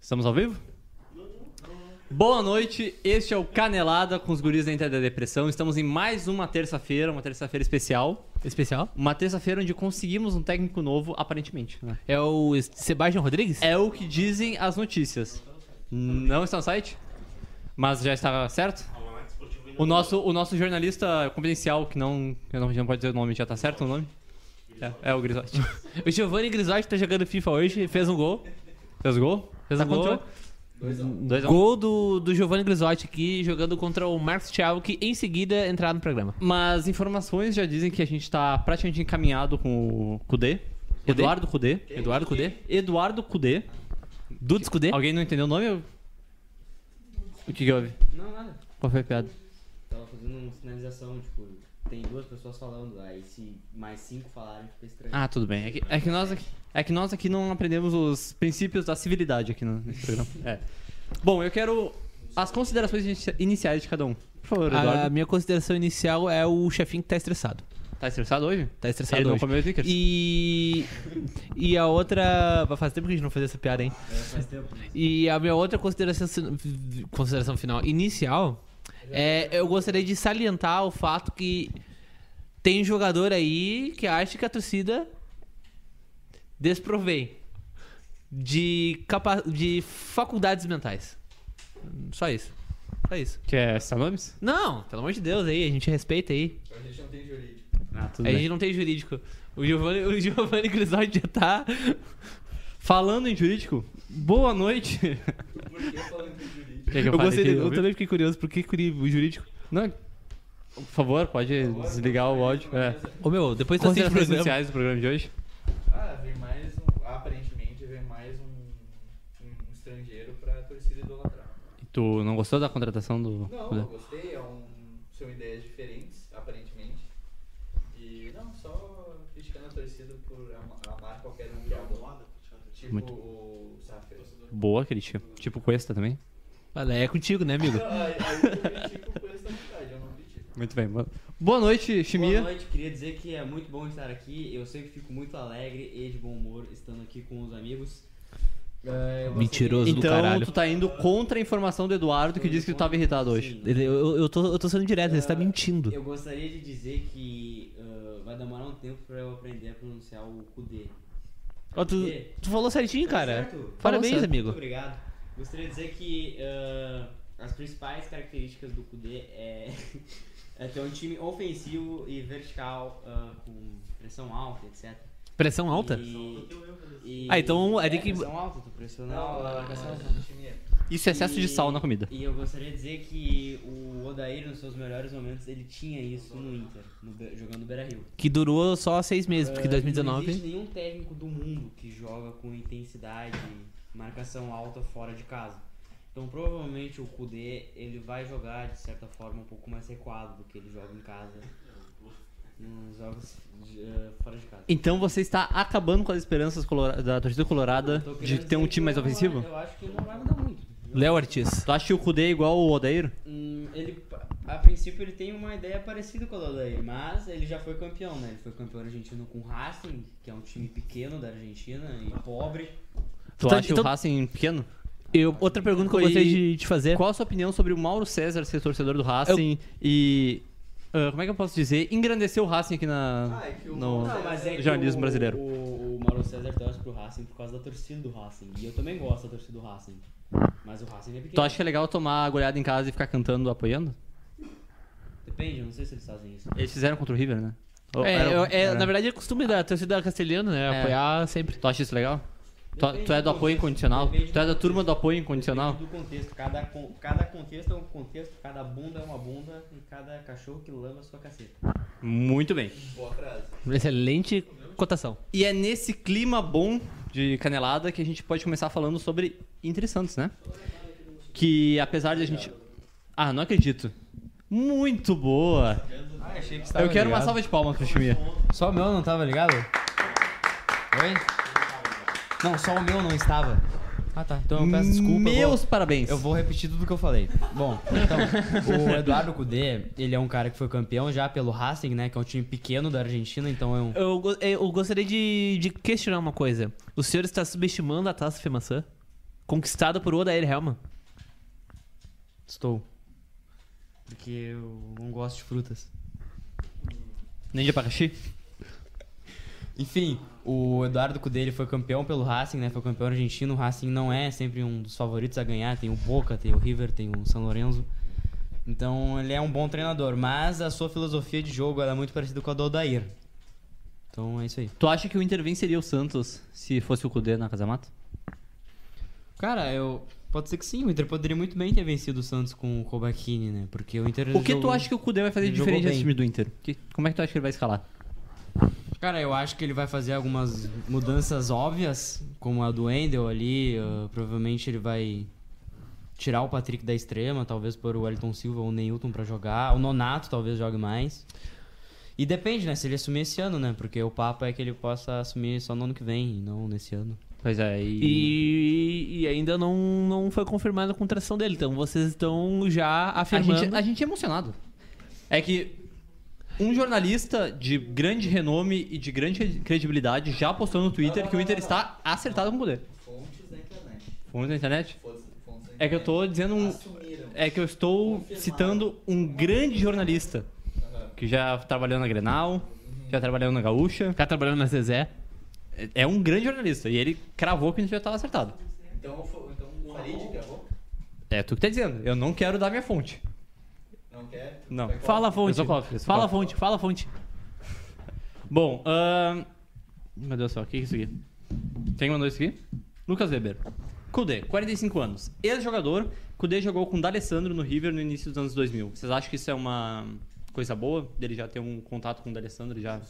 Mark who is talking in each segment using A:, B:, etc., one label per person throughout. A: Estamos ao vivo? Boa noite, este é o Canelada com os guris da Entrada da Depressão. Estamos em mais uma terça-feira, uma terça-feira especial.
B: Especial?
A: Uma terça-feira onde conseguimos um técnico novo, aparentemente. né?
B: É o Sebastião Rodrigues?
A: É o que dizem as notícias. Não está no site, mas já está certo? O nosso, o nosso jornalista confidencial, que não, que não, não pode dizer o nome, já está certo o nome? É, é o Grisotti.
B: O Giovanni Grisotti tá jogando FIFA hoje, fez um gol.
A: Fez gol?
B: Fez
A: Tá
B: um gol.
A: contra- Dois a um.
B: Gol do, do Giovanni Grisotti aqui, jogando contra o Marcos Thiago, que em seguida entrará no programa.
A: Mas informações já dizem que a gente tá praticamente encaminhado com o Kudê.
B: Kudê?
A: Eduardo Kudê.
B: Eduardo Cudê?
A: Eduardo Kudê.
B: Dudes Cudê?
A: Alguém não entendeu o nome? ou- O que, que houve?
C: Não, nada.
A: Qual foi a piada?
C: Tava fazendo uma sinalização, tipo, tem duas pessoas falando, aí se mais cinco falarem, fica estranho.
A: Ah, tudo bem. É que, é que nós, aqui, é que nós aqui não aprendemos os princípios da civilidade aqui no, nesse programa. É. Bom, eu quero as considerações inici- iniciais de cada um. Por favor,
B: A
A: Eduardo.
B: minha consideração inicial é o chefinho que tá estressado.
A: Tá estressado hoje?
B: Tá estressado
A: Ele não
B: hoje.
A: comeu Snickers?
B: E. E a outra. Faz tempo que a gente não fazia essa piada, hein?
C: É, faz tempo.
B: E a minha outra consideração, consideração final, inicial, é eu gostaria de salientar o fato que tem jogador aí que acha que a torcida desprovém de, capa de faculdades mentais. Só isso. Só isso.
A: Quer citar nomes?
B: Não, pelo amor de Deus aí, a gente respeita aí.
C: A gente não tem jurídico.
A: Ah, tudo
B: a gente não tem jurídico. O Giovanni, o Giovanni Grisotti já tá.
A: Falando em um jurídico, boa noite.
C: Por que falando de jurídico?
A: Quer que
B: eu
A: fale
B: gostei,
A: aqui?
B: eu
A: Ouviu?
B: também fiquei curioso, por que curi- o jurídico?
A: Não, por favor, pode desligar o áudio. É.
B: Ô meu, depois tá assim, tu assiste o
A: Considerações
B: programa.
A: iniciais do programa de hoje.
D: Ah, vem mais um. Aparentemente vem mais um, um estrangeiro pra torcida idolatrar.
A: E Tu não gostou da contratação do.
D: Não, eu
A: do-
D: gostei, é um, são ideias diferentes, aparentemente. E não, só criticando a torcida por ama- amar qualquer um que adora. Tipo
A: Muito.
D: o Safer.
A: Boa crítica. Tipo Cuesta também.
B: Olha, é contigo, né, amigo?
D: Aí eu critico por essa vontade, eu não critico.
A: Muito bem. Boa, boa noite, Chimia.
C: Boa noite, queria dizer que é muito bom estar aqui. Eu sempre fico muito alegre e de bom humor estando aqui com os amigos. É, eu gostaria-
B: Mentiroso. do
A: Então,
B: caralho.
A: tu tá indo contra a informação do Eduardo que disse que tu tava irritado hoje.
C: Sim.
B: Ele- eu, eu, tô, eu tô sendo direto, ele tá mentindo.
C: É. Eu gostaria de dizer que ah, vai demorar um tempo pra eu aprender a pronunciar o Kudê.
B: Ó, tu,
C: quê?
B: tu falou certinho, cara.
C: Tá certo?
B: Parabéns,
A: Falou certo.
B: amigo.
C: Muito obrigado. Gostaria de dizer que ah, as principais características do Kudê é, é ter um time ofensivo e vertical, ah, com pressão alta, etc.
B: Pressão alta?
C: E, e-
B: Ah, então é
C: é
B: de que-
C: pressão alta, tu pressiona
D: Não,
C: alta.
D: a é questão time
A: Isso é excesso de
C: E-
A: sal na comida.
C: E eu gostaria de dizer que o Odair, nos seus melhores momentos, ele tinha isso no Inter, no Be- jogando no Beira-Rio.
B: Que durou só seis meses,
A: Tipo,
B: porque
C: Ah, Não
B: 2019.
C: existe nenhum técnico do mundo que joga com intensidade, marcação alta fora de casa. Então provavelmente o Kudê ele vai jogar de certa forma um pouco mais recuado do que ele joga em casa. Nos jogos de, eh, fora de casa.
A: Então você está acabando com as esperanças colora- da torcida colorada
C: Tô querendo
A: de ter um
C: dizer
A: time mais
C: que não vai-
A: ofensivo?
C: Eu acho que não vai mudar muito.
B: Léo Ortiz.
A: Tu acha que o Kudê é igual o Odeiro?
C: Hum, ele, a princípio ele tem uma ideia parecida com a do Odair, mas ele já foi campeão, né? Ele foi campeão argentino com o Racing, que é um time pequeno da Argentina e pobre.
A: Tu
B: Tá,
A: acha
B: então-
A: o Racing pequeno?
B: Eu, outra pergunta que eu gostaria de, de fazer.
A: Qual a sua opinião sobre o Mauro César ser torcedor do Racing e. ah, como é que eu posso dizer? Engrandecer o Racing aqui na.
D: Ah, é que o-
A: no-
D: Não, mas é
C: que
A: jornalismo
C: o-
A: brasileiro.
C: O, o Mauro César torce pro Racing por causa da torcida do Racing. E eu também gosto da torcida do Racing. Mas o Racing é pequeno.
A: Tu acha que é legal tomar a goleada em casa e ficar cantando, apoiando?
C: Depende, eu não sei se eles fazem isso.
A: Eles fizeram contra o River, né? Ou
B: É,
A: era-
B: eu- é,
A: era-
B: Na verdade, é costume da torcida castelhana, né?
A: É.
B: Apoiar sempre.
A: Tu acha isso legal? Tu,
C: Depende
A: tu é do apoio
C: contexto,
A: incondicional?
C: depende
A: Tu é
C: do
A: da turma
C: contexto,
A: do apoio incondicional?
C: depende do contexto. Cada, con- cada contexto é um contexto, cada bunda é uma bunda e cada cachorro que lama a sua caceta.
A: Muito bem.
D: Boa frase.
B: Excelente cotação.
A: E é nesse clima bom de canelada que a gente pode começar falando sobre Inter e Santos, né? Que apesar de a gente. Ah, não acredito. Muito boa!
D: Ah, achei que
A: Eu quero uma salva de palmas pro Chimia.
E: Só o meu não tava ligado? Oi? Não, só o meu não estava. Ah tá, então eu peço desculpa. eu vou-
A: Meus parabéns.
E: Eu vou repetir tudo que eu falei. Bom, então, o Eduardo Cudê, ele é um cara que foi campeão já pelo Racing, né? Que é um time pequeno da Argentina, então é um.
B: Eu, go- eu gostaria de, de questionar uma coisa. O senhor está subestimando a taça Femaçã? conquistado por Odair Helman?
C: Estou. Porque eu não gosto de frutas.
A: Nem de abacaxi?
C: Enfim, o Eduardo Cudê ele foi campeão pelo Racing, né? Foi campeão argentino. O Racing não é sempre um dos favoritos a ganhar. Tem o Boca, tem o River, tem o São Lourenço. Então ele é um bom treinador, mas a sua filosofia de jogo ela é muito parecida com a do Odair. Então é isso aí.
A: Tu acha que o Inter venceria o Santos se fosse o Cudê na Casa Mata?
C: Cara, eu. Pode ser que sim, o Inter poderia muito bem ter vencido o Santos com o Kobachini, né? Porque o Inter.
A: O que tu
C: jogou-
A: acha que o Cudê vai fazer de
C: Ele jogou
A: diferente nesse time
C: bem.
A: do Inter? Que- como é que tu acha que ele vai escalar?
C: Cara, eu acho que ele vai fazer algumas mudanças óbvias, como a do Endel ali. ah, provavelmente ele vai tirar o Patrick da extrema, talvez pôr o Wellington Silva ou o Neilton pra jogar. O Nonato talvez jogue mais. E depende, né? Se ele assumir esse ano, né? Porque o papo é que ele possa assumir só no ano que vem, e não nesse ano.
A: Pois é,
B: E, e ainda não, não foi confirmada a contração dele. Então vocês estão já
A: A
B: afirmando.
A: gente, a gente é emocionado. É que um jornalista de grande renome e de grande cre- credibilidade já postou no Twitter que o Inter está acertado com o poder.
F: Fontes da internet.
A: Vamos na internet?
F: Fontes, fontes da internet.
A: É que eu tô dizendo um.
F: Assumiram.
A: É que eu estou citando um grande jornalista
F: Aham.
A: que já trabalhou na Grenal, já trabalhou na Gaúcha.
B: Ficar trabalhando na Zezé.
A: É- É um grande jornalista e ele cravou que o Inter já estava acertado.
F: Então, fo- então o Farid gravou?
A: É tu que tá dizendo. Eu não quero dar minha fonte.
F: Não quer?
A: Não.
F: Vai qual?
B: Fala,
A: Eu
B: fonte.
A: sou cofre, eu sou
B: Fala,
A: cofre.
B: fonte. Fala, fonte.
A: Bom, ahn, meu Deus do céu, o que é isso aqui? Quem mandou isso aqui? Lucas Weber. Kudê, 45 anos. Ex-jogador, Kudê jogou com D'Alessandro no River no início dos anos 2000. Vocês acham que isso é uma coisa boa? Dele já ter um contato com o D'Alessandro já?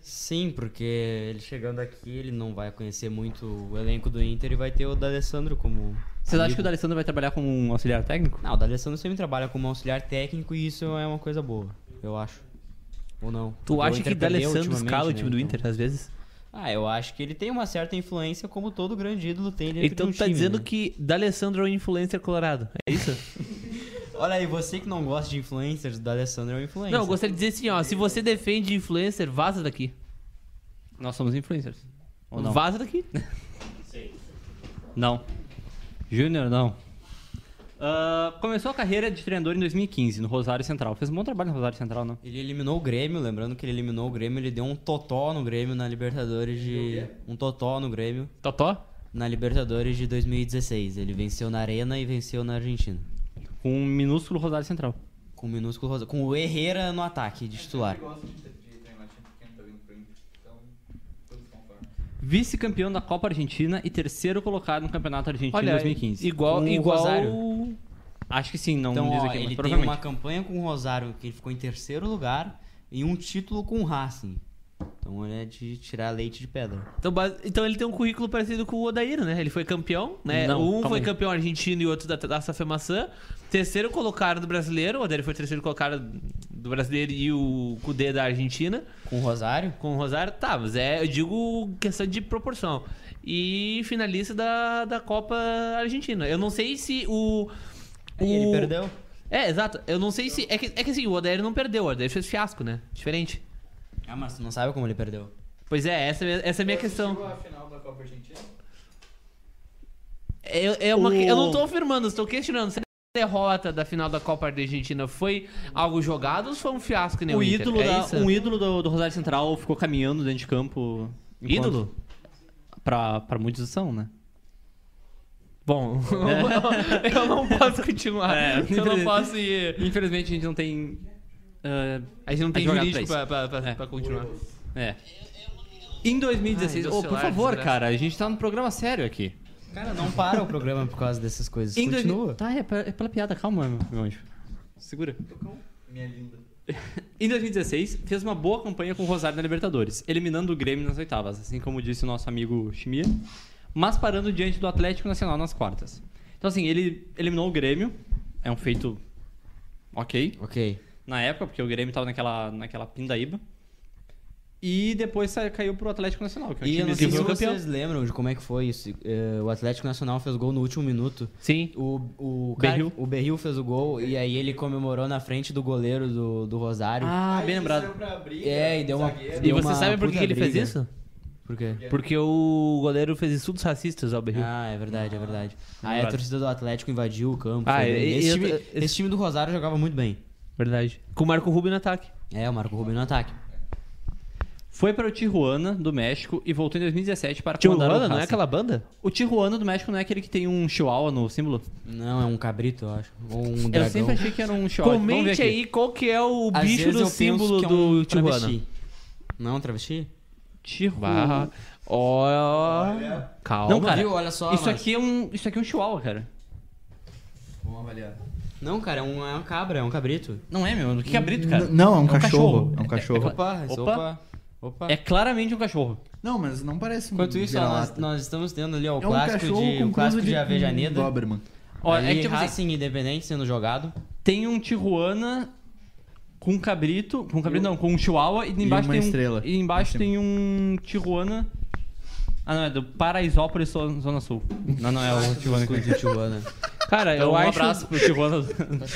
C: Sim, porque ele chegando aqui, ele não vai conhecer muito o elenco do Inter e vai ter o D'Alessandro como.
A: Vocês acham que o D'Alessandro vai trabalhar como um auxiliar técnico?
C: Não, o D'Alessandro sempre trabalha como auxiliar técnico e isso é uma coisa boa, eu acho. Ou não?
B: Tu
C: Porque o
B: acha
C: Inter
B: que
C: perdeu
B: D'Alessandro
C: ultimamente,
B: escala o
C: né,
B: time do
C: então.
B: Inter, às vezes?
C: Ah, eu acho que ele tem uma certa influência como todo grande ídolo tem dentro
B: Então
C: de um
B: tu tá
C: time,
B: dizendo
C: né?
B: que D'Alessandro é um influencer colorado. É isso?
C: Olha aí, você que não gosta de influencers, o D'Alessandro é um influencer.
B: Não, eu gostaria de dizer assim, ó. Se você defende influencer, vaza daqui.
A: Nós somos influencers. Ou não?
B: Vaza daqui.
A: Não. Júnior, não. Ah, começou a carreira de treinador em 2015, no Rosário Central. Fez um bom trabalho no Rosário Central, não?
C: Ele eliminou o Grêmio, lembrando que ele eliminou o Grêmio, ele deu um totó no Grêmio na Libertadores de... Um totó no Grêmio
B: Totó?
C: na Libertadores de 2016. Ele venceu na Arena e venceu na Argentina.
A: Com um minúsculo Rosário Central.
C: Com o minúsculo Rosa... Com o Herrera no ataque de titular.
F: Eu gosto de, de treinar time pequeno, tá vindo pro Inter. Então, tudo se conforma.
A: Vice-campeão da Copa Argentina e terceiro colocado no Campeonato Argentino em 2015.
B: Igual,
C: Com o
B: igual.
C: Rosário.
A: Acho que sim, não
C: Então,
A: diz
C: ó,
A: aqui, mas
C: ele tem
A: provavelmente.
C: uma campanha com o Rosário, que ele ficou em terceiro lugar, e um título com o Racing. Então ele é de tirar leite de pedra.
B: Então, base- então ele tem um currículo parecido com o Odair, né? Ele foi campeão, né?
A: Não,
B: um
A: calma
B: foi
A: aí.
B: campeão argentino e outro da Taça Femaçã. Terceiro colocado do brasileiro. O Odair foi terceiro colocado do brasileiro e o Cudê da Argentina.
C: Com o Rosário?
B: Com o Rosário, tá, mas é, eu digo questão de proporção. E finalista da, da Copa Argentina. Eu não sei se o. o...
C: Aí Ele perdeu?
B: É, exato. Eu não sei se. É que, é que assim, o Odair não perdeu, o Odair fez fiasco, né? Diferente.
C: Ah, mas tu não sabe como ele perdeu.
B: Pois é, essa, essa é a minha questão.
F: Chegou a final da Copa Argentina?
B: É, é uma
A: O-
B: que- Eu não tô afirmando, estou questionando. Se a derrota da final da Copa da Argentina foi algo jogado ou se foi um fiasco que nem
A: O
B: o Inter?
A: ídolo
B: É
A: da-
B: isso?
A: um ídolo do, do Rosário Central ficou caminhando dentro de campo. enquanto-
B: Ídolo?
A: Pra, pra muitos são, né?
B: Bom, eu não posso continuar.
A: É,
B: eu não posso ir.
A: Infelizmente a gente não tem. ah,
B: A gente não tem
A: Advogado
B: jurídico
A: pra
B: pra, pra, pra-
A: É.
B: pra continuar.
A: é. Em 2016.
B: Ai,
A: Ô,
B: meu
A: por
B: celular,
A: favor,
B: desgraça.
A: cara, a gente tá no programa sério aqui.
C: Cara, não para o programa por causa dessas coisas.
A: Em dois mil-
C: Continua.
A: Tá, é, pra- é pela piada, calma, meu anjo. Segura.
F: Minha linda.
A: Em 2016, fez uma boa campanha com o Rosário na Libertadores, eliminando o Grêmio nas oitavas, assim como disse o nosso amigo Chimia, mas parando diante do Atlético Nacional nas quartas. Então, assim, ele eliminou o Grêmio, é um feito ok
C: Ok.
A: na época, porque o Grêmio tava naquela, naquela pindaíba. E depois sa- caiu pro Atlético Nacional, que é um
C: E eu
A: time
C: não sei
A: que
C: se
A: foi campeão.
C: vocês lembram de como é que foi isso. Eh, o Atlético Nacional fez gol no último minuto.
B: Sim.
C: O, o, cara-
A: Berril.
C: o Berril fez o gol e aí ele comemorou na frente do goleiro do, do Rosário.
A: Ah,
F: Aí
A: bem
F: ele
A: lembrado.
F: saiu pra briga,
C: É, e deu uma-
F: zagueiro.
B: E
C: Deu
B: você
C: uma
B: sabe por que
C: puta
B: que ele fez
C: briga.
B: isso?
C: Por quê?
B: Porque o goleiro fez insultos racistas ao Berril.
C: Ah, é verdade, é verdade. Aí a
B: Lembrado.
C: torcida do Atlético invadiu o campo.
B: Ah,
C: foi
B: e-
C: bem.
B: e-
C: esse,
B: e-
C: time,
B: esse-
C: esse time do Rosário jogava muito bem.
B: Ah. Verdade. Com o Marco Rubio no ataque.
C: É, o Marco Rubio no ataque.
A: Foi para o Tijuana, do México, e voltou em 2017 para comandar
B: Tijuana,
A: o
B: não é
A: Racing.
B: aquela banda?
A: O Tijuana do México não é aquele que tem um chihuahua no símbolo?
C: Não, é um cabrito, eu acho. Ou um dragão.
A: Eu sempre achei que era um chihuahua. Vamos ver
B: Comente
A: aqui.
B: aí qual que é o
C: Às
B: bicho
C: vezes eu
B: do
C: penso
B: símbolo
C: que é um
B: do Tijuana.
C: travesti. Não, é um travesti?
A: Tijuana.
B: Bah. Ó. Calma.
A: Não, cara.
C: Viu? Olha só.
A: isso,
C: mas-
A: aqui é um, isso aqui é um chihuahua, cara.
F: Vamos avaliar.
C: Não, cara, é um, é um cabra, é um cabrito.
A: Não é, meu?
B: Hum.
A: Que cabrito, cara.
D: N- Não, é um, cachorro.
A: cachorro.
D: É um cachorro.
C: Opa,
A: Opa.
C: opa. Opa.
A: É claramente um cachorro.
D: Não, mas não parece um
C: Enquanto isso, ó,
D: vira-lata.
C: nós, nós estamos tendo ali ó, o
D: É um
C: clássico
D: cachorro
C: de,
D: com
C: o clássico
D: cruza
C: de, Avejaneda.
D: Doberman.
A: Olha,
C: Ali,
A: é que tipo assim,
C: Racing Independente sendo jogado.
A: tem um Tijuana com cabrito. Com cabrito não, com um chihuahua e embaixo
D: uma
A: tem um.
D: estrela
A: E embaixo
D: em cima.
A: tem um Tijuana. Ah, não, é do Paraisópolis, Zo- Zona Sul. Não, não é o Tijuana que eu disse.
C: Tijuana.
B: Cara,
A: Então,
B: É, eu
A: um
B: acho.
A: abraço pro Tijuana do Paraisópolis.
B: Eu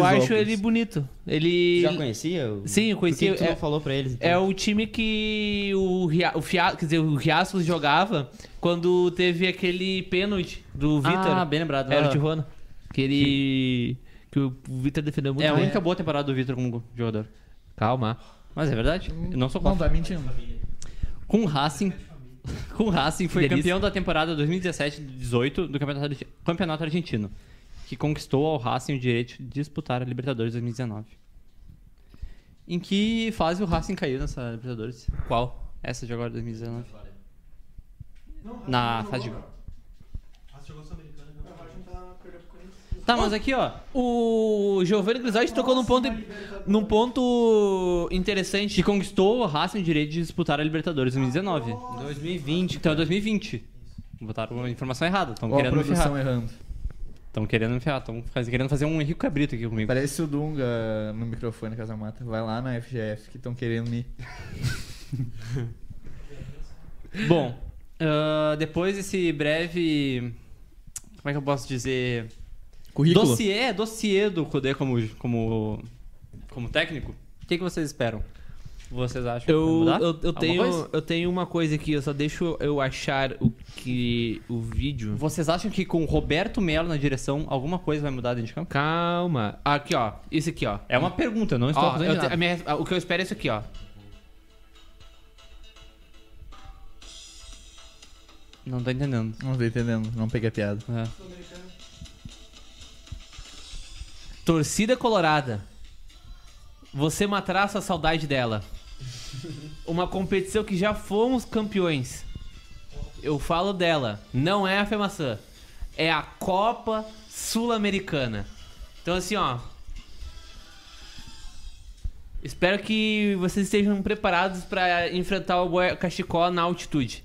D: Paraisópolis.
B: acho ele bonito.
C: Tu
B: Ele.
C: já conhecia? o-
B: Sim, eu
C: Por que
B: conhecia.
C: que tu
B: é-
C: não falou pra eles? então?
B: É o time que o, Ria, o, Fia, quer dizer, o Riascos jogava quando teve aquele pênalti do Vitor.
A: Ah, bem lembrado.
B: Era o
A: Ah.
B: Tijuana. Que ele. Que o Vitor defendeu muito
A: É a
B: bem.
A: única boa temporada do Vitor como jogador.
B: Calma.
A: Mas é verdade? Eu não sou
D: Não,
A: contra.
D: tá mentindo.
A: Com o Racing. Com o Racing foi
B: delícia.
A: campeão da temporada 2017-18 do Campeonato Arge- Campeonato Argentino, que conquistou ao Racing o direito de disputar a Libertadores 2019. Em que fase o Racing caiu nessa Libertadores? Qual? Essa de agora, 2019. Na fase de grupo. Tá, mas aqui, ó.
B: O Giovanni Grisaldi tocou num ponto, num ponto interessante.
A: Que conquistou o Racing o direito de disputar a Libertadores 2019.
C: 2020.
A: Então é 2020. Botaram a informação errada. Estão
D: Ó, a
A: querendo me ferrar.
D: produção errando.
A: Estão querendo me ferrar, estão querendo fazer um Henrique Cabrito aqui comigo.
D: Parece o Dunga no microfone, Casamata. Vai lá na FGF que estão querendo me.
A: Bom, ah, depois desse breve. Como é que eu posso dizer?
D: Currículo.
A: Dossiê, dossiê do Kudê como, como, como técnico. O que, que vocês esperam? Vocês acham que vai
B: Eu,
A: mudar?
B: eu, eu,
A: Alguma
B: tenho,
A: coisa?
B: eu tenho uma coisa aqui, eu só deixo eu achar o que. o vídeo.
A: Vocês acham que com o Roberto Melo na direção, alguma coisa vai mudar dentro de campo?
B: Calma. Aqui, ó. Isso aqui, ó.
A: É uma pergunta, eu não estou
B: Ó,
A: acusando
B: eu
A: de
B: te-
A: nada.
B: a minha- a- o que eu espero é isso aqui, ó.
A: Não tô entendendo.
D: Não tô entendendo, não peguei a piada.
A: É.
B: Torcida colorada. Você matará essa saudade dela. Uma competição que já fomos campeões. Eu falo dela. Não é a FEMAÇã. É a Copa Sul-Americana. Então, assim, ó. Espero que vocês estejam preparados para enfrentar o Boia- Cachicó na altitude.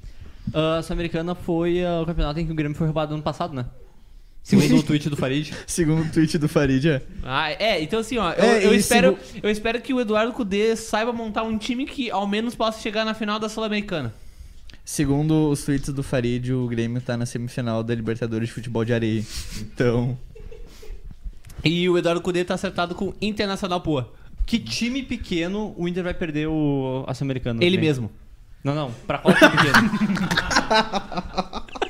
A: Ah, a Sul-Americana foi ah, o campeonato em que o Grêmio foi roubado ano passado, né? Segundo o tweet do Farid.
D: Segundo o tweet do Farid, é.
B: Ah, é, então assim, ó, eu,
D: É,
B: eu
D: e
B: espero, eu espero que o Eduardo Cudê saiba montar um time que ao menos possa chegar na final da Sul-Americana.
D: Segundo os tweets do Farid, o Grêmio tá na semifinal da Libertadores de Futebol de Areia. Então.
B: E o Eduardo Cudê tá acertado com o Internacional Pua.
A: Que time pequeno o Inter vai perder o a Sul-Americana?
B: Ele
A: Bem.
B: mesmo.
A: Não, não. Pra qual time
B: é?
A: pequeno?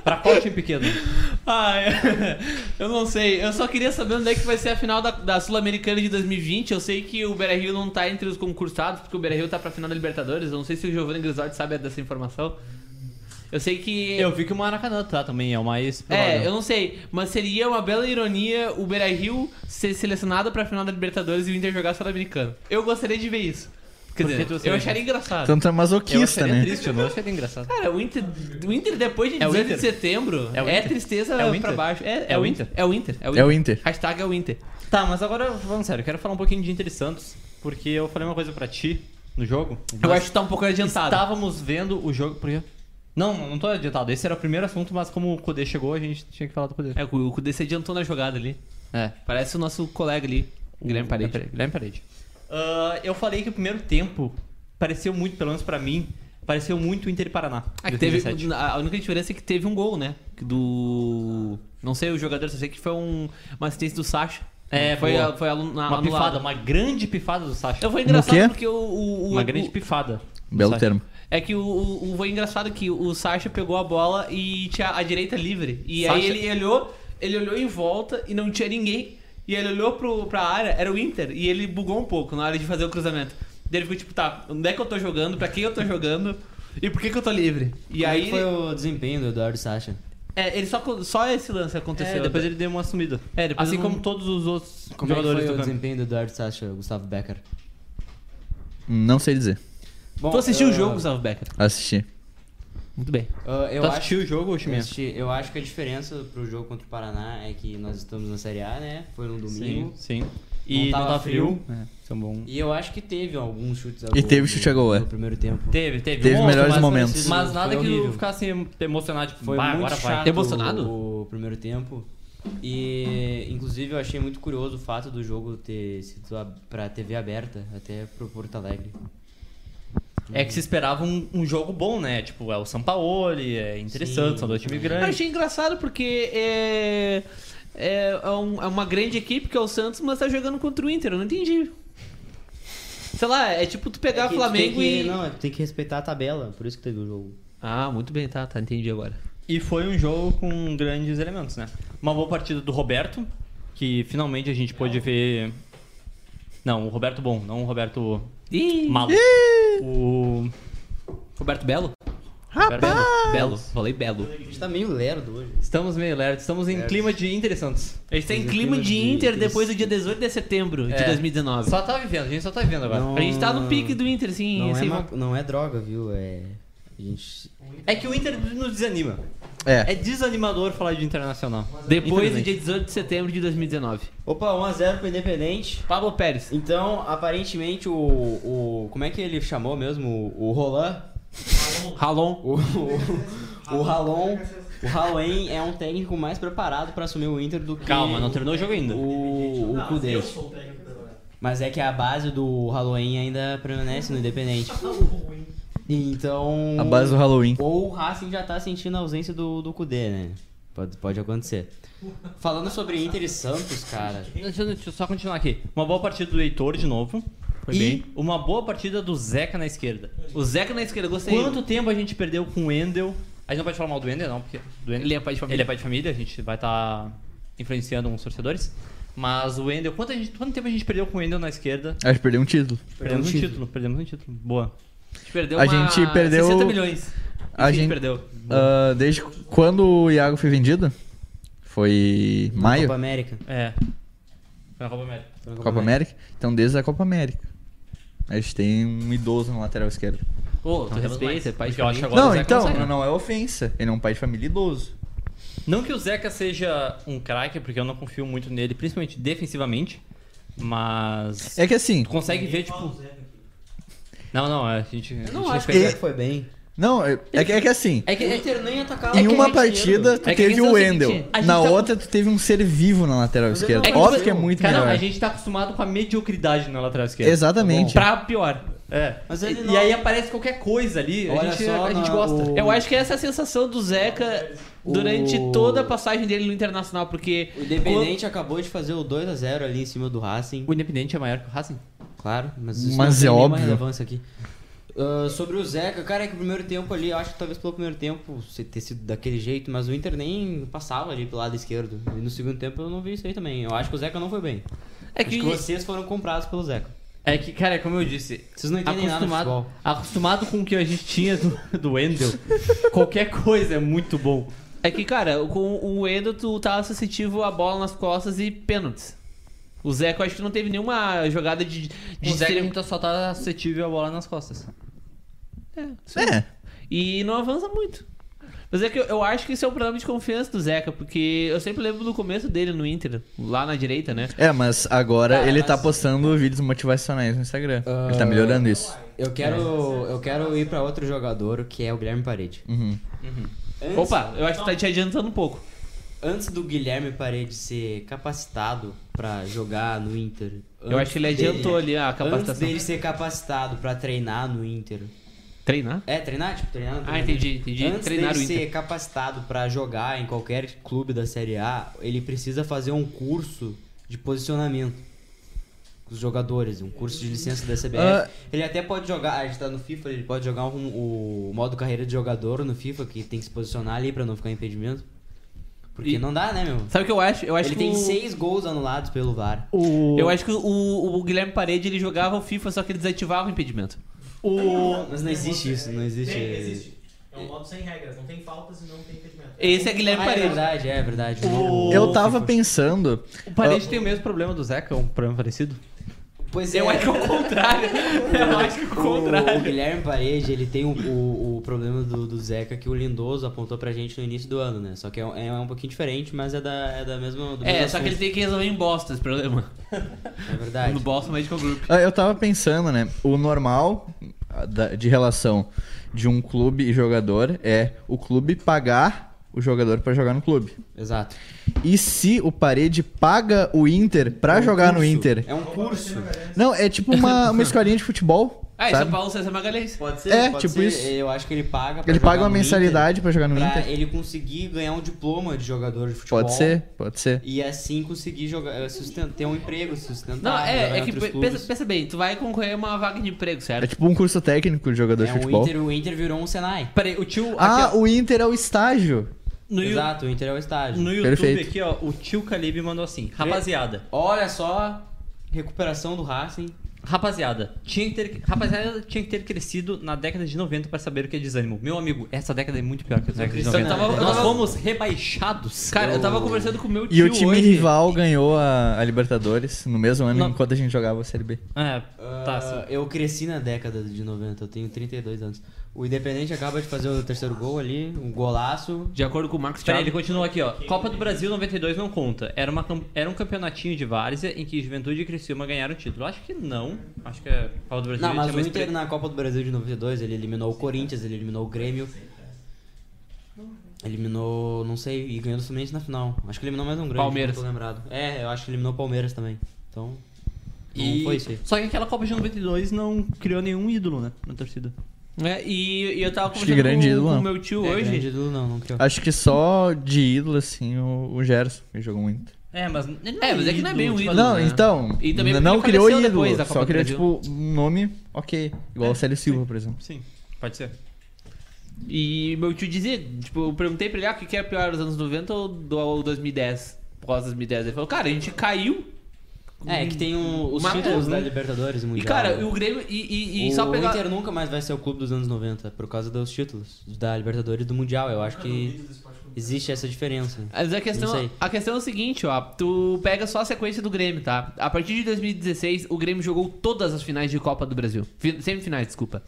A: pra qual time pequeno?
B: Ah, é. eu não sei. Eu só queria saber onde é que vai ser a final da, da Sul-Americana de 2020. Eu sei que o Beira-Rio não tá entre os concursados, porque o Beira-Rio tá pra final da Libertadores. Eu não sei se o Giovanni Grisaldi sabe dessa informação. Eu sei que...
A: Eu vi que o Maracanã tá também, é o mais
B: É, eu
A: provável.
B: não sei, mas seria uma bela ironia o Beira Rio ser selecionado pra final da Libertadores e o Inter jogar Sul-Americano. Eu gostaria de ver isso. Quer
A: Por que
B: dizer,
A: tu gostaria
B: eu
A: de
B: acharia engraçado.
D: Tanto
A: Ah,
D: é
A: eu
D: masoquista,
A: acharia
D: né?
A: triste, eu não acharia é engraçado.
B: Cara, o Inter, o Inter depois de
A: É o
B: 18 de
A: Inter?
B: setembro
A: É o
B: é,
A: Inter?
B: tristeza
A: É o
B: pra
A: Inter?
B: baixo. É,
A: É o Inter?
B: É o Inter.
D: É o Inter.
B: Hashtag é o Inter.
A: Tá, mas agora, falando sério, eu quero falar um pouquinho de Inter e Santos, porque eu falei uma coisa pra ti no jogo.
B: Eu
A: Nós
B: acho que tá um pouco adiantado.
A: Estávamos vendo o jogo. Por quê? Não, não tô adiantado. Esse era o primeiro assunto, mas como o Kudê chegou, a gente tinha que falar do Kudê.
B: É, o Kudê se adiantou na jogada ali.
A: É.
B: Parece o nosso colega ali, Guilherme Parede.
A: Guilherme Parede. Ah, eu falei que o primeiro tempo pareceu muito, pelo menos pra mim, pareceu muito Inter e Paraná.
B: Ah, que teve,
A: 2017.
B: a única diferença é que teve um gol, né? Do. Não sei o jogador, só sei que foi um, uma assistência do Sacha.
A: É,
B: foi,
A: boa.
B: a- foi aluna,
A: Uma
B: anulada.
A: pifada, uma grande pifada do Sacha.
B: Eu foi
D: No quê?
B: engraçado porque o. o- o-
A: Uma grande
B: o-
A: pifada.
D: Belo
A: Sacha.
D: termo.
B: É que o, o, o- foi engraçado que o Sacha pegou a bola e tinha a direita livre. E aí
A: Sacha-
B: ele olhou, ele olhou em volta e não tinha ninguém. E ele olhou pro, pra área, era o Inter, e ele bugou um pouco na hora de fazer o cruzamento. Daí ele ficou tipo, tá, onde é que eu tô jogando? Pra quem eu tô jogando? E por que que eu tô livre? E
C: E aí
B: aí,
C: é foi o desempenho do Eduardo Sacha.
B: é, ele só, só esse lance aconteceu.
A: É, depois ele deu uma sumida.
B: É, depois
A: assim
B: eu não-
A: como todos os outros
C: Como é que
A: jogadores
C: foi o
A: do campo.
C: desempenho do Eduardo Sacha, Gustavo Becker?
D: Não sei dizer.
C: Bom,
B: Tu assistiu
C: eu-
B: o jogo, Gustavo Becker?
D: Assisti.
B: Muito bem.
C: Ah, eu
A: Tu
C: acho,
A: assistiu o jogo,
C: eu
A: Oximinha?
C: assisti- eu acho que a diferença pro jogo contra o Paraná é que nós estamos na Série A, né? Foi no domingo.
A: Sim, sim. E
C: tava
A: não tá frio.
C: frio.
A: É, isso é bom.
C: E eu acho que teve alguns chutes a
D: E
C: gol
D: teve
C: no-
D: chute a gol, é.
C: No primeiro tempo.
A: Teve, teve.
D: Teve melhores
A: mas-
D: momentos.
A: Mas nada
C: Foi
A: que
C: horrível.
A: eu ficasse emocionado, tipo,
C: Foi
A: bah,
C: muito
A: agora
C: chato
B: Tá
A: vai.
C: o primeiro tempo. E inclusive eu achei muito curioso o fato do jogo ter sido a- pra TV aberta, até pro Porto Alegre.
A: É que se esperava um, um jogo bom, né? Tipo, é o Sampaoli, é interessante,
C: Sim.
A: são dois times
B: Eu
A: grandes.
B: achei engraçado porque é, é, é um- é uma grande equipe que é o Santos, mas tá jogando contra o Inter. Eu não entendi. Sei lá, é tipo tu pegar Flamengo e.
C: Não, tem que respeitar a tabela, por isso que teve o jogo.
B: Ah, muito bem, tá, tá, entendi agora.
A: E foi um jogo com grandes elementos, né? Uma boa partida do Roberto, que finalmente a gente pôde ver. Não, o Roberto bom, não o Roberto
B: Ih,
A: malo. O.
B: Roberto Belo?
A: Roberto Belo.
B: Belo, falei Belo.
C: A gente tá meio lerdo hoje.
A: Estamos meio lerdos, estamos em clima de interessantes.
B: A gente tá em clima de Inter depois do dia 18 de setembro de
A: É.
B: 2019.
A: Só tá vivendo, a gente só tá vivendo agora.
C: Não.
B: A gente tá no pique do Inter, sim.
C: Não, é,
B: assim,
C: ma- não é droga, viu? É. A gente.
A: É que o Inter nos desanima.
D: É.
A: É desanimador falar de internacional.
B: Depois do
A: Infelizmente.
B: dia 18 de setembro de 2019.
C: Opa, 1x0 pro Independente.
B: Pablo Pérez.
C: Então, aparentemente, o. o como é que ele chamou mesmo? O, o Roland
B: Halon.
C: O, o, o Halon, o Halen é um técnico mais preparado pra assumir o Inter do que
A: Calma, não terminou o jogo ainda.
C: o, o Kudê. Mas é que a base do Halloween ainda permanece no Independente. Então.
D: A base do Halloween.
C: Ou o Racing já tá sentindo a ausência do, do Kudê, né? Pode, pode acontecer. Falando sobre Inter e Santos, cara.
A: Deixa eu, deixa eu só continuar aqui. Uma boa partida do Heitor de novo.
B: Foi
A: e
B: bem.
A: uma boa partida do Zeca na esquerda.
B: O Zeca na esquerda, gostei.
A: Quanto tempo a gente perdeu com o Wendel? A gente não pode falar mal do Wendel, não, porque do Wendel-
B: Ele é pai de família.
A: Ele é pai de família, a gente vai estar influenciando uns torcedores. Mas o Wendel, quanto, a gente- quanto tempo a gente perdeu com o Wendel na esquerda?
D: A gente perdeu um título.
A: Perdemos um
C: título.
A: título, perdemos um título. Boa.
B: gente perdeu
D: A
B: uma-
D: gente perdeu-
B: 60 milhões.
D: A
B: Enfim,
D: gente-
B: perdeu.
D: Ah, desde quando o Iago foi vendido? Foi maio?
C: Copa América.
A: É. Foi na Copa América.
D: Copa, América? Então, desde a Copa América. A gente tem um idoso na lateral esquerda.
B: Ô,
D: Então
B: tu
A: Não,
B: respeita,
A: respeita,
B: é pai de
A: porque eu acho
B: família.
A: Agora o
D: não,
A: Zeca
D: então,
A: não sai,
D: não,
A: né?
D: é ofensa. Ele é um pai de família idoso.
A: Não que o Zeca seja um craque, porque eu não confio muito nele, principalmente defensivamente. Mas.
D: É que assim,
A: Tu consegue ver, tipo. Não, não, é a gente. a gente
C: Eu não acho que
A: respeita.
C: ele foi bem.
D: não, é, é que, é que assim,
A: É que, é que-
C: Inter nem atacava.
D: em
C: o
D: uma
C: artilheiro.
D: partida tu
A: É que a
D: teve
A: questão
D: o
A: é a seguinte,
D: Wendel,
A: a gente
D: na
A: tá-
D: outra tu teve um ser vivo na lateral
C: Mas eu
D: esquerda.
C: não-
A: tipo
D: Óbvio
A: assim,
D: que é muito
A: cara,
D: melhor.
A: a gente tá acostumado com a mediocridade na lateral esquerda.
D: Exatamente.
B: Pra pior.
A: É.
C: Mas
A: e,
C: ele
A: e
C: não-
A: aí aparece qualquer coisa ali, a
C: Olha
A: gente,
C: só
A: a gente
C: na-
A: gosta.
C: o-
B: Eu acho que essa é a sensação do Zeca durante toda a passagem dele no Internacional, porque
C: O Independente acabou de fazer o 2x0 ali em cima do Racing.
A: O Independente é maior que o Racing?
C: Claro, mas isso não
D: Mas
C: tem
D: é
C: nenhuma
D: óbvio.
C: relevância aqui. Ah, sobre o Zeca, cara, é que o primeiro tempo ali, eu acho que talvez pelo primeiro tempo se- ter sido daquele jeito, mas o Inter nem passava ali pro lado esquerdo. E no segundo tempo eu não vi isso aí também. Eu acho que o Zeca não foi bem.
A: É
C: Acho que vocês foram comprados pelo Zeca.
A: É que, cara, como eu disse,
C: Vocês não entendem nada de
A: acostumado,
C: futebol.
A: acostumado com o que a gente tinha do, do Wendel, qualquer coisa é muito bom.
B: é que, cara, com o Edo tu tava sensitivo a bola nas costas e pênaltis. O Zeca eu acho que não teve nenhuma jogada de, de
A: O Zé
B: extremo-
A: só tá acessível a bola nas costas.
D: É.
B: E não avança muito. Mas é que eu, eu acho que isso é um problema de confiança do Zeca, porque eu sempre lembro do começo dele no Inter, lá na direita, né?
D: É, mas agora
C: Ah,
D: ele
C: mas-
D: tá postando vídeos motivacionais no Instagram. Ele tá melhorando isso.
C: Eu quero,
A: É.
C: eu quero ir pra outro jogador, que é o Guilherme Parede.
D: Uhum.
B: Opa, eu acho que tá te adiantando um pouco.
C: Antes do Guilherme Parede ser capacitado pra jogar no Inter.
B: Eu acho que ele
C: antes dele-
B: adiantou ali a capacitação.
C: Antes dele ser capacitado pra treinar no Inter.
B: Treinar?
C: É, treinar, tipo, treinar no
B: Ah,
C: treinamento.
B: entendi, entendi.
C: Antes
B: Treinar o
C: dele
B: Inter.
C: ser capacitado pra jogar em qualquer clube da Série A, ele precisa fazer um curso de posicionamento. os jogadores, um curso de licença da CBF.
D: Ah.
C: Ele até pode jogar, a gente tá no FIFA, ele pode jogar um- o modo carreira de jogador no FIFA, que tem que se posicionar ali pra não ficar em impedimento. Porque
B: E-
C: não dá, né, meu?
B: Sabe o que eu acho? Eu acho
C: Ele
B: que
C: tem
B: o...
C: seis gols anulados pelo VAR.
A: O...
B: Eu acho que o, o Guilherme Parede ele jogava o FIFA, só que ele desativava o impedimento.
A: o...
C: Mas não existe isso, não existe.
G: Tem, existe. É um modo sem regras, não tem faltas e não tem impedimento.
B: Esse é
C: Ah,
B: Guilherme
C: é
B: Parede.
C: verdade, é verdade.
A: O-
D: Eu tava pensando.
A: O Parede tem o mesmo problema do Zeca, um problema parecido.
C: Pois é.
B: Eu acho que é o contrário. Eu acho que é o
C: O, o
B: contrário.
C: Guilherme Parede, ele tem o, o, o problema do, do Zeca que o Lindoso apontou pra gente no início do ano, né? Só que é, um- é um pouquinho diferente, mas é da, é da mesma. Do
B: É,
C: mesmo
B: só que ele
C: assunto.
B: tem que resolver em bosta esse problema.
C: É verdade.
B: No Boston Medical Group.
D: ah, Eu tava pensando, né? O normal ah, da- de relação de um clube e jogador é o clube pagar o jogador pra jogar no clube.
C: Exato.
D: E se o Parede paga o Inter pra
C: É um
D: jogar Tá no
C: curso.
D: Inter?
C: É um curso.
D: Não, é tipo uma, uma escolinha de futebol.
B: Ah, e São
D: sabe?
B: Paulo César Magalhães.
C: Pode ser?
D: É,
C: pode
D: tipo
C: ser.
D: isso.
C: Eu acho que ele paga. pra
D: Ele
C: jogar
D: paga uma
C: no Inter,
D: mensalidade pra jogar no
C: Pra
D: Inter?
C: ele conseguir ganhar um diploma de jogador de futebol.
D: Pode ser, pode ser.
C: E assim conseguir jogar, sustentar, ter um emprego, sustentar.
B: Não,
C: jogar
B: é,
C: Ah, em
B: é que
C: outros
B: pe-
C: clubes.
B: pensa, pensa bem, tu vai concorrer a uma vaga de emprego,
D: É
B: certo?
D: tipo um curso técnico de jogador
C: é,
D: de
C: o,
D: futebol.
C: Inter, o Inter virou um Senai.
A: Peraí, o tio.
D: Ah,
A: aqui, ó,
D: o Inter é o estágio.
A: no, Yu-
C: Exato, o Inter é o estádio.
A: no YouTube
D: Perfeito.
A: aqui, ó, o tio Calib mandou assim: Rapaziada,
C: Olha só, recuperação do Racing.
A: rapaziada, tinha que ter, rapaziada tinha que ter crescido na década de 90 pra saber o que é desânimo. Meu amigo, essa década é muito pior que a década de
C: Cristiano,
A: 90.
B: eu tava- eu
A: Nós
B: tava-
A: fomos rebaixados.
B: Cara, eu tava conversando com o meu tio
D: E o time
B: hoje.
D: rival ganhou a, a Libertadores no mesmo ano
A: Não.
D: enquanto a gente jogava a Série B.
A: É, tá.
C: Ah,
A: sim.
C: eu cresci na década de 90, eu tenho 32 anos. O Independente acaba de fazer o terceiro gol ali, um golaço.
B: De acordo com o Marcos
A: Peraí, ele
B: Thiago.
A: continua aqui, ó. Copa do Brasil 92 não conta. Era, uma, cam- era um campeonatinho de várzea em que Juventude e Criciúma ganharam o título. Acho que não. Acho que a Copa do Brasil
C: Não, mas
A: tinha
C: o
A: é mais
C: Inter
A: pre-
C: na Copa do Brasil de 92, ele eliminou o Corinthians, ele eliminou o Grêmio. Eliminou, não sei, e ganhou somente na final. Acho que eliminou mais um grande.
B: Palmeiras.
C: Não tô lembrado. É, eu acho que eliminou o Palmeiras também. Então, não
A: E-
C: foi isso aí.
A: Só que aquela Copa de 92 não criou nenhum ídolo, né? Na torcida.
B: É, e, e eu tava
D: Acho que
B: conversando
D: grande
B: com,
D: ídolo,
B: com o
D: não.
B: meu tio
C: É,
B: hoje.
C: grande ídolo não, não criou.
D: Acho que só de ídolo, assim, o, o Gerson, que jogou muito.
A: É, mas. ele não
B: É, mas é que não é bem um
A: tipo,
B: ídolo,
D: Não,
B: né?
D: então,
B: E também
D: n-
B: porque
D: não
B: ele
D: criou
B: faleceu
D: ídolo,
B: depois da
D: só
B: Copa do
D: criou,
B: Brasil.
D: tipo, um nome ok. Igual o Célio Silva, por exemplo.
A: Sim, pode ser.
B: E meu tio dizia, tipo, eu perguntei pra ele, ah, o que que é pior, os anos 90 ou do ou 2010? Pós 2010. Ele falou, cara, a gente caiu.
C: É, que tem o- os
B: Matou,
C: títulos
B: né?
C: da Libertadores
B: E,
C: Mundial.
B: cara,
C: né?
B: e o Grêmio. E, e, e
C: o
B: só pegar.
C: Inter nunca mais vai ser o clube dos anos 90 por causa dos títulos da Libertadores e do Mundial. Eu acho que existe essa diferença.
B: Mas a
C: Não
B: questão,
C: sei.
B: a questão é o seguinte, ó. Tu pega só a sequência do Grêmio, tá? A partir de 2016, o Grêmio jogou todas as finais de Copa do Brasil. Fi- Semifinais, desculpa.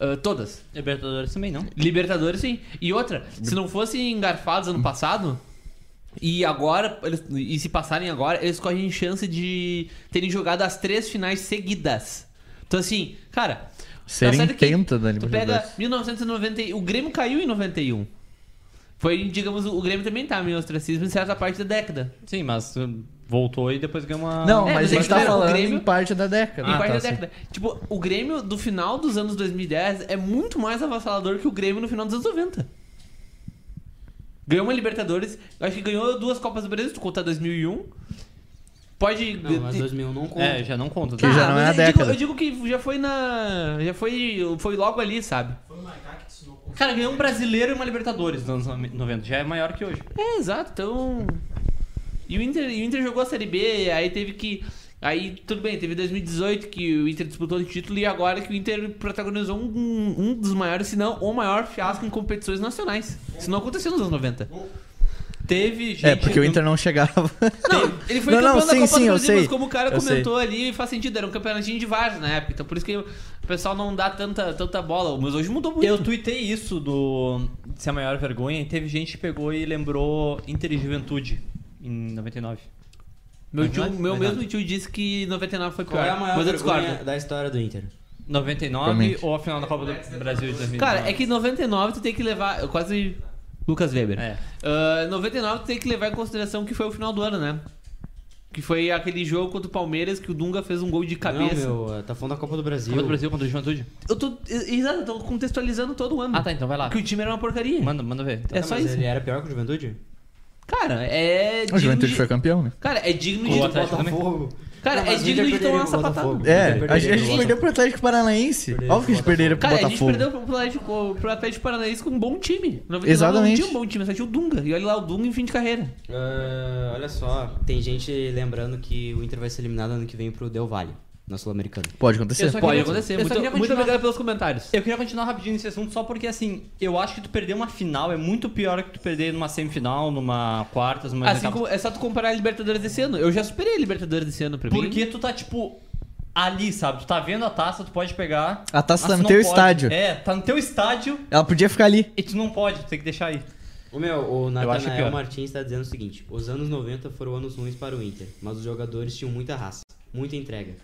B: Ah, todas.
A: Libertadores também não.
B: Libertadores, sim. E outra, se não fossem engarfados ano passado, e agora, eles- e se passarem agora, eles correm chance de terem jogado as três finais seguidas. Então, assim, cara.
D: Serem
B: tá certo que
D: penta da
B: Tu pega
D: Libertadores.
B: 1990. O Grêmio caiu em 91. Foi, digamos, o Grêmio também tá meio ostracismo em certa parte da década.
A: Sim, mas uh, voltou e depois ganhou uma.
D: Não,
B: É, mas
D: mas
B: é
D: a
B: que
D: gente tá
B: era o
D: falando
B: Grêmio-
D: em parte da década.
B: em
D: Ah,
B: parte
D: tá,
B: da
D: sim.
B: década. Tipo, o Grêmio do final dos anos 2010 é muito mais avassalador que o Grêmio no final dos anos 90. Ganhou uma Libertadores, eu acho que ganhou duas Copas do Brasil, se tu contar 2001. Pode.
C: Não, mas 2000 não conta.
A: É, já não conta.
D: Que já não é
B: Ah, mas
D: a
B: eu digo-
D: década.
B: Eu digo, que já foi na. Já foi. Foi logo ali, sabe?
A: Cara, ganhou um brasileiro e uma Libertadores nos anos 90. Já é maior que hoje.
B: É, exato. Então. E o Inter, e o Inter jogou a Série B, aí teve que. Aí, tudo bem, teve 2018 que o Inter disputou o título e agora que o Inter protagonizou um, um dos maiores, se não o maior fiasco em competições nacionais. Isso não aconteceu nos anos 90.
A: Teve gente.
D: É, porque o Inter não chegava.
B: Não, ele foi
D: Não, não,
B: campeão da
D: sim,
B: Copa
D: sim,
B: do
D: eu
B: Brasil,
D: sei.
B: mas como o cara
D: Eu sei.
B: comentou ali, faz sentido, era um campeonatinho de vários na época. Então por isso que o pessoal não dá tanta, tanta bola. Mas hoje mudou muito.
A: Eu tuitei isso do de ser a maior vergonha e teve gente que pegou e lembrou Inter e Juventude em 99.
B: Meu, tio-
A: Verdade,
B: meu
A: verdade.
B: mesmo tio disse que 99 foi pior.
C: Qual é a maior
B: mas eu
C: vergonha
B: discordo.
C: da história do Inter?
A: 99
D: Realmente.
A: ou a final da Copa do Brasil de 2019.
B: Cara, é que 99 tu tem que levar. eu Quase. Lucas Weber.
A: É.
B: Ah, 99 tu tem que levar em consideração que foi o final do ano, né? Que foi aquele jogo contra o Palmeiras que o Dunga fez um gol de cabeça.
C: Não, meu, tá falando da Copa do Brasil.
A: Copa do Brasil contra o Juventude.
B: Eu tô. Exato, eu tô contextualizando todo o ano.
A: Ah, tá, então vai lá.
B: Que o time era uma porcaria.
A: Manda, manda ver.
B: É
C: Não,
B: só
C: Tá, mas
B: isso.
C: Ele era pior que o Juventude?
B: Cara, é.
D: O
B: digno
D: Juventude
B: de-
D: foi campeão, né?
B: Cara, é digno
A: O
B: de.
A: Atlético também.
C: Botafogo.
B: Cara, é digno de tomar uma sapatada.
D: É, a gente, a gente perdeu pro Atlético Paranaense. Óbvio que a gente perderam pro
B: Cara, a gente
D: Botafogo.
B: perdeu pro Atlético, pro Atlético Paranaense com um bom time. 99 Não
D: Exatamente.
B: tinha um bom time, só tinha o Dunga. E olha lá o Dunga em fim de carreira.
C: Ah, olha só, tem gente lembrando que o Inter vai ser eliminado ano que vem pro Del Valle, na Sul-Americana.
D: Pode acontecer.
A: só
B: Pode
A: queria-
B: acontecer.
A: eu só
B: Muito,
A: queria
B: muito
A: continuar-
B: obrigado pelos comentários.
A: Eu queria continuar rapidinho nesse assunto só porque, assim, eu acho que tu perder uma final é muito pior que tu perder numa semifinal, numa quartas, numa
B: Assim
A: oitavas.
B: como é só tu comparar a Libertadores desse ano. Eu já superei a Libertadores desse ano pra mim.
A: Porque tu tá, tipo, ali, sabe? Tu tá vendo a taça, tu pode pegar.
D: A taça
A: mas
D: tá no
A: tu
D: teu
A: não pode.
D: estádio.
A: É, tá no teu estádio
D: Ela podia ficar ali.
A: e tu não pode, tu tem que deixar aí.
C: O meu, o
A: acho pior.
C: Nathanael Martins tá dizendo o seguinte: os anos 90 foram anos ruins para o Inter, mas os jogadores tinham muita raça, muita entrega.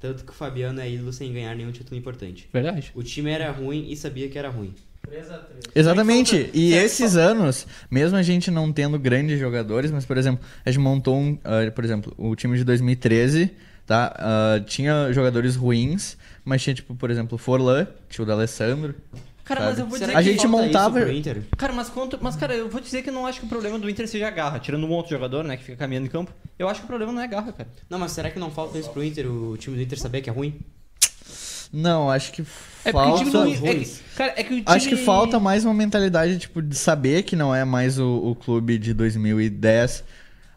C: Tanto que o Fabiano é ídolo sem ganhar nenhum título importante.
B: Verdade.
C: O time era ruim e sabia que era ruim.
G: 3x3.
D: Exatamente. E esses anos, mesmo a gente não tendo grandes jogadores, mas, por exemplo, a gente montou um. ah, por exemplo, o time de 2013, tá? Ah, tinha jogadores ruins, mas tinha, tipo, por exemplo, o Forlan, tinha o D'Alessandro.
A: Cara,
D: Sabe?
A: mas eu vou
D: Será
A: dizer
D: A
A: que.
D: gente
C: falta
D: montava-
C: isso pro Inter?
A: Cara, mas quanto. Mas, cara, eu vou dizer que eu não acho que o problema do Inter seja a garra, tirando um outro jogador, né, que fica caminhando em campo. Eu acho que o problema não é a garra, cara.
C: Não, mas será que não falta isso pro Inter? O time do Inter saber que é ruim?
D: Não, acho que
B: É porque o
D: falta.
B: time não. É, que- cara, é que o time.
D: Acho que falta mais uma mentalidade, tipo, de saber que não é mais o, o clube de 2010.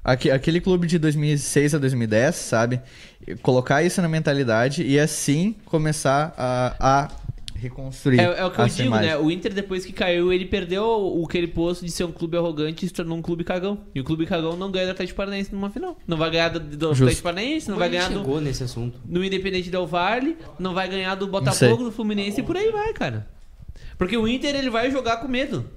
D: Aque- aquele clube de 2006 a 2010, sabe? E Colocar isso na mentalidade e assim começar a, a reconstruir.
B: É, é o que eu
D: essa
B: digo,
D: imagem.
B: né? O Inter, depois que caiu, ele perdeu o aquele posto de ser um clube arrogante e se tornou um clube cagão. E o clube cagão não ganha do Atlético Paranaense numa final. Não vai ganhar do, do
D: Justo.
B: Atlético Paranaense, não vai
C: Como a
B: ganhar
C: gente
B: do,
C: chegou nesse assunto.
B: no Independente Del Valle, não vai ganhar do
D: sei.
B: Botafogo, do Fluminense e por aí vai, cara. Porque o Inter ele vai jogar com medo.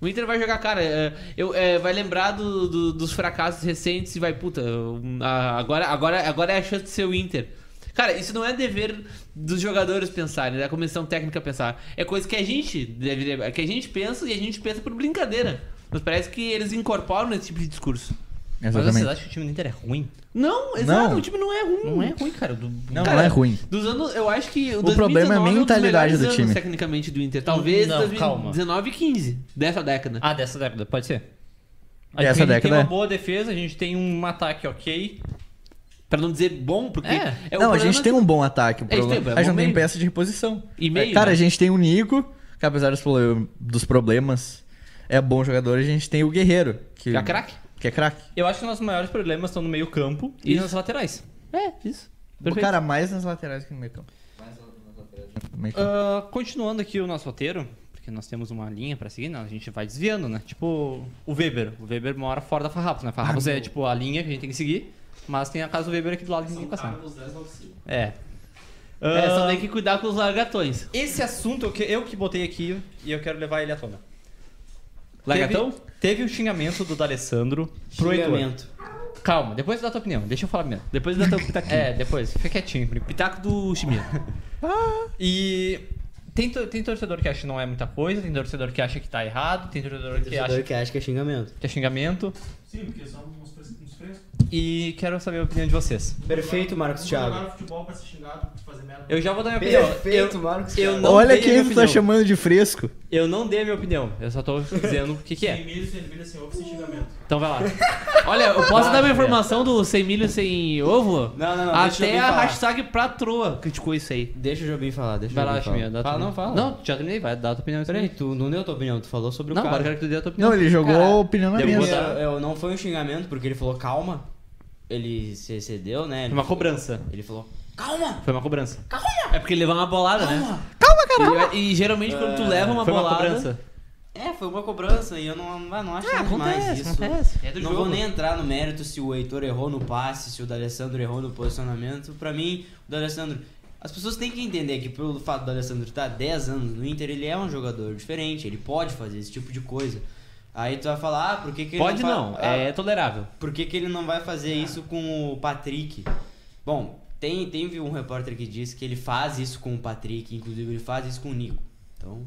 B: O Inter vai jogar, cara, é, eu, é, vai lembrar do- do- dos fracassos recentes e vai, puta, um, a- agora, agora, agora é a chance de ser o Inter. Cara, isso não é dever dos jogadores pensarem, da comissão técnica pensar. É coisa que a gente deve, que a gente pensa e a gente pensa por brincadeira. Mas parece que eles incorporam esse tipo de discurso. assim,
A: Mas vocês
D: Exatamente.
A: acham que o time do Inter é ruim?
B: Não, exato,
D: Não.
B: o time não é ruim.
A: Não é ruim, cara. Do...
D: Não,
B: Cara,
D: não é ruim.
B: Dos anos, eu acho que o,
D: O problema é a
B: 2019 um dos
D: mentalidade
B: melhores
D: do
B: anos,
D: time.
B: Tecnicamente do Inter, talvez
A: Não,
B: 2019 e 15 dessa década.
A: Ah, dessa década, pode ser. A
D: Dessa
A: gente tem
D: década,
A: uma
D: é.
A: boa defesa, a gente tem um ataque ok.
B: Pra não dizer bom, porque
A: É.
B: o
D: não, a
B: problema
D: gente
B: é
D: tem um bom ataque. o
B: tem,
D: problema-
B: é
D: a gente
B: bom
D: não tem
B: meio.
D: peça de reposição.
B: E meio,
D: Cara,
B: né?
D: a gente tem o Nico, que apesar dos prole- dos problemas, é bom jogador. A gente tem o Guerreiro, que
B: que é craque.
D: que é craque.
A: Eu acho que nossos maiores problemas estão no meio campo
D: um-
A: e
B: Isso.
A: nas laterais.
B: É, isso.
D: O
B: Perfeito.
D: cara mais nas laterais que no meio campo.
F: Mais ou menos atrás.
D: Meio campo.
A: Ah, continuando aqui o nosso roteiro, porque nós temos uma linha pra seguir, né? a gente vai desviando, né? Tipo, o Weber. O Weber mora fora da Farrapos, né? Farrapos é tipo a linha que a gente tem que seguir, mas tem a casa do Weber aqui do lado que a gente tem que passar. É.
B: É, só
A: Ah,
B: tem que cuidar com os largatões.
A: Esse assunto eu que, eu que botei aqui e eu quero levar ele à tona.
B: Lagatão?
A: Teve, teve o xingamento do D'Alessandro pro Heitor.
C: Xingamento.
A: Calma, depois dá a tua opinião. Deixa eu falar primeiro.
B: Depois da tampa tá aqui.
A: É, depois. Fica quietinho. Pri. Pitaco do Chimia. E... Tem, to- tem torcedor que acha que não é muita coisa, tem torcedor que acha que tá errado, tem torcedor que acha
C: Jogador que acha que é xingamento.
A: que é xingamento.
G: Sim, porque são uns fres- uns frescos.
A: E quero saber a opinião de vocês.
C: Perfeito, Marcos Thiago.
G: Jogar futebol pra ser xingado, fazer merda.
A: Eu já vou dar minha opinião.
C: Perfeito, Marcos
A: eu Ah, não né,
D: Olha
A: dei a minha
D: quem tu tá
A: opinião.
D: chamando de fresco.
A: Eu não dei a minha opinião. Eu só tô dizendo o que que
G: Sem
A: é.
G: milho, sem milho, sem ovo, sem xingamento.
A: Então vai lá.
B: Olha, eu posso dar uma informação do sem milho sem ovo?
C: Não, não, não,
B: Até
C: deixa eu ouvir
B: a
C: falar.
B: hashtag pra troa criticou isso aí.
C: Deixa o Jobim falar, deixa
A: Vai
C: o
A: lá,
C: Jobim
A: Chimia.
C: falar.
A: dá a tua
C: Fala, não,
A: opinião.
C: fala.
A: Não, já terminei. Vai, dá a tua opinião.
C: Peraí, tu não deu tua opinião, tu falou sobre o
A: Não,
C: cara.
A: agora eu quero que tu dê a tua opinião.
D: Não, ele jogou
C: Cara,
D: a opinião na
A: eu vou
D: mesa.
A: dar-
C: Eu, eu- não foi um xingamento, porque ele falou calma. Ele se excedeu, né? Ele,
A: Foi uma cobrança.
C: ele falou calma!
A: Foi uma cobrança.
B: É porque ele levou uma bolada, né? Calma, caralho! E, e geralmente quando tu leva uma
A: Foi uma
B: bolada.
A: cobrança.
C: É, foi uma cobrança e eu não, ah, não, não acho
B: Ah,
C: nada demais isso.
B: É do
C: não
B: jogo.
C: vou nem entrar no mérito se o Heitor errou no passe, se o D'Alessandro errou no posicionamento. Pra mim, o D'Alessandro. As pessoas têm que entender que pelo fato do D'Alessandro estar 10 anos no Inter, ele é um jogador diferente, ele pode fazer esse tipo de coisa. Aí tu vai falar, ah, por que, que ele
B: Pode
C: fa-
B: não,
C: Ah,
B: é tolerável.
C: Por que, que ele não vai fazer isso com o Patrick? Bom, tem, tem um repórter que disse que ele faz isso com o Patrick, inclusive ele faz isso com o Nico. Então.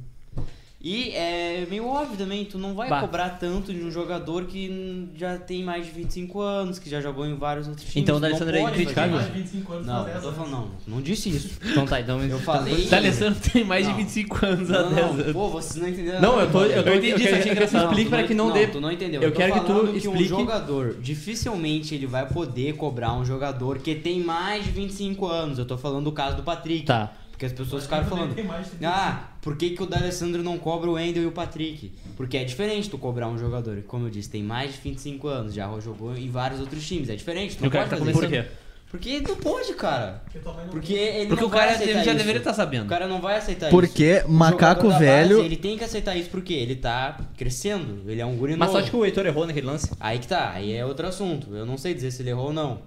C: E é meio óbvio também, tu não vai
A: Bah.
C: cobrar tanto de um jogador que hum, já tem mais de 25 anos, que já jogou em vários outros times.
A: Então o
C: Tu não
A: D'Alessandro é
C: pode fazer
A: incriticável?
H: Mais
C: isso.
H: de 25 anos
C: Não,
H: faz
C: eu tô
H: essa.
C: falando, não, não disse isso.
A: Então tá, então.
C: Eu falei.
B: D'Alessandro tem mais
C: Não.
B: de 25 anos há
C: Não,
B: 10
C: não,
B: anos.
C: Pô, vocês não entenderam.
A: Não, eu tô. Eu, tô,
B: Eu entendi isso,
A: quero-
B: achei
A: eu quero que tu
B: engraçado.
A: explique
C: tu não
A: pra que não
C: ent-
A: dê.
C: tu não entendeu.
A: eu
C: tô
A: quero que tu
C: falando
A: explique-
C: um jogador, dificilmente ele vai poder cobrar um jogador que tem mais de 25 anos. Eu tô falando do caso do Patrick.
A: Tá.
C: Porque as pessoas ficaram falando.
H: Tem mais de 35.
C: Ah, por que, que o D'Alessandro não cobra o Endel e o Patrick? Porque é diferente tu cobrar um jogador que, como eu disse, tem mais de 25 anos, já jogou em vários outros times. É diferente, tu não
A: Eu quero
C: pode
A: que tá
C: fazer
A: começando.
C: isso. Porque não pode, cara.
H: Porque tua mãe não
C: Porque ele
B: Porque
C: não
B: o cara
C: vai aceitar
B: já
C: tá isso.
B: deveria estar sabendo.
C: O cara não vai aceitar isso.
D: Porque
C: O
D: macaco
C: jogador da
D: velho-
C: Base, ele tem que aceitar isso porque ele tá crescendo, ele é um guri
A: Mas só
C: novo.
A: acho que o Heitor errou naquele lance.
C: Aí que tá, aí é outro assunto. Eu não sei dizer se ele errou ou não.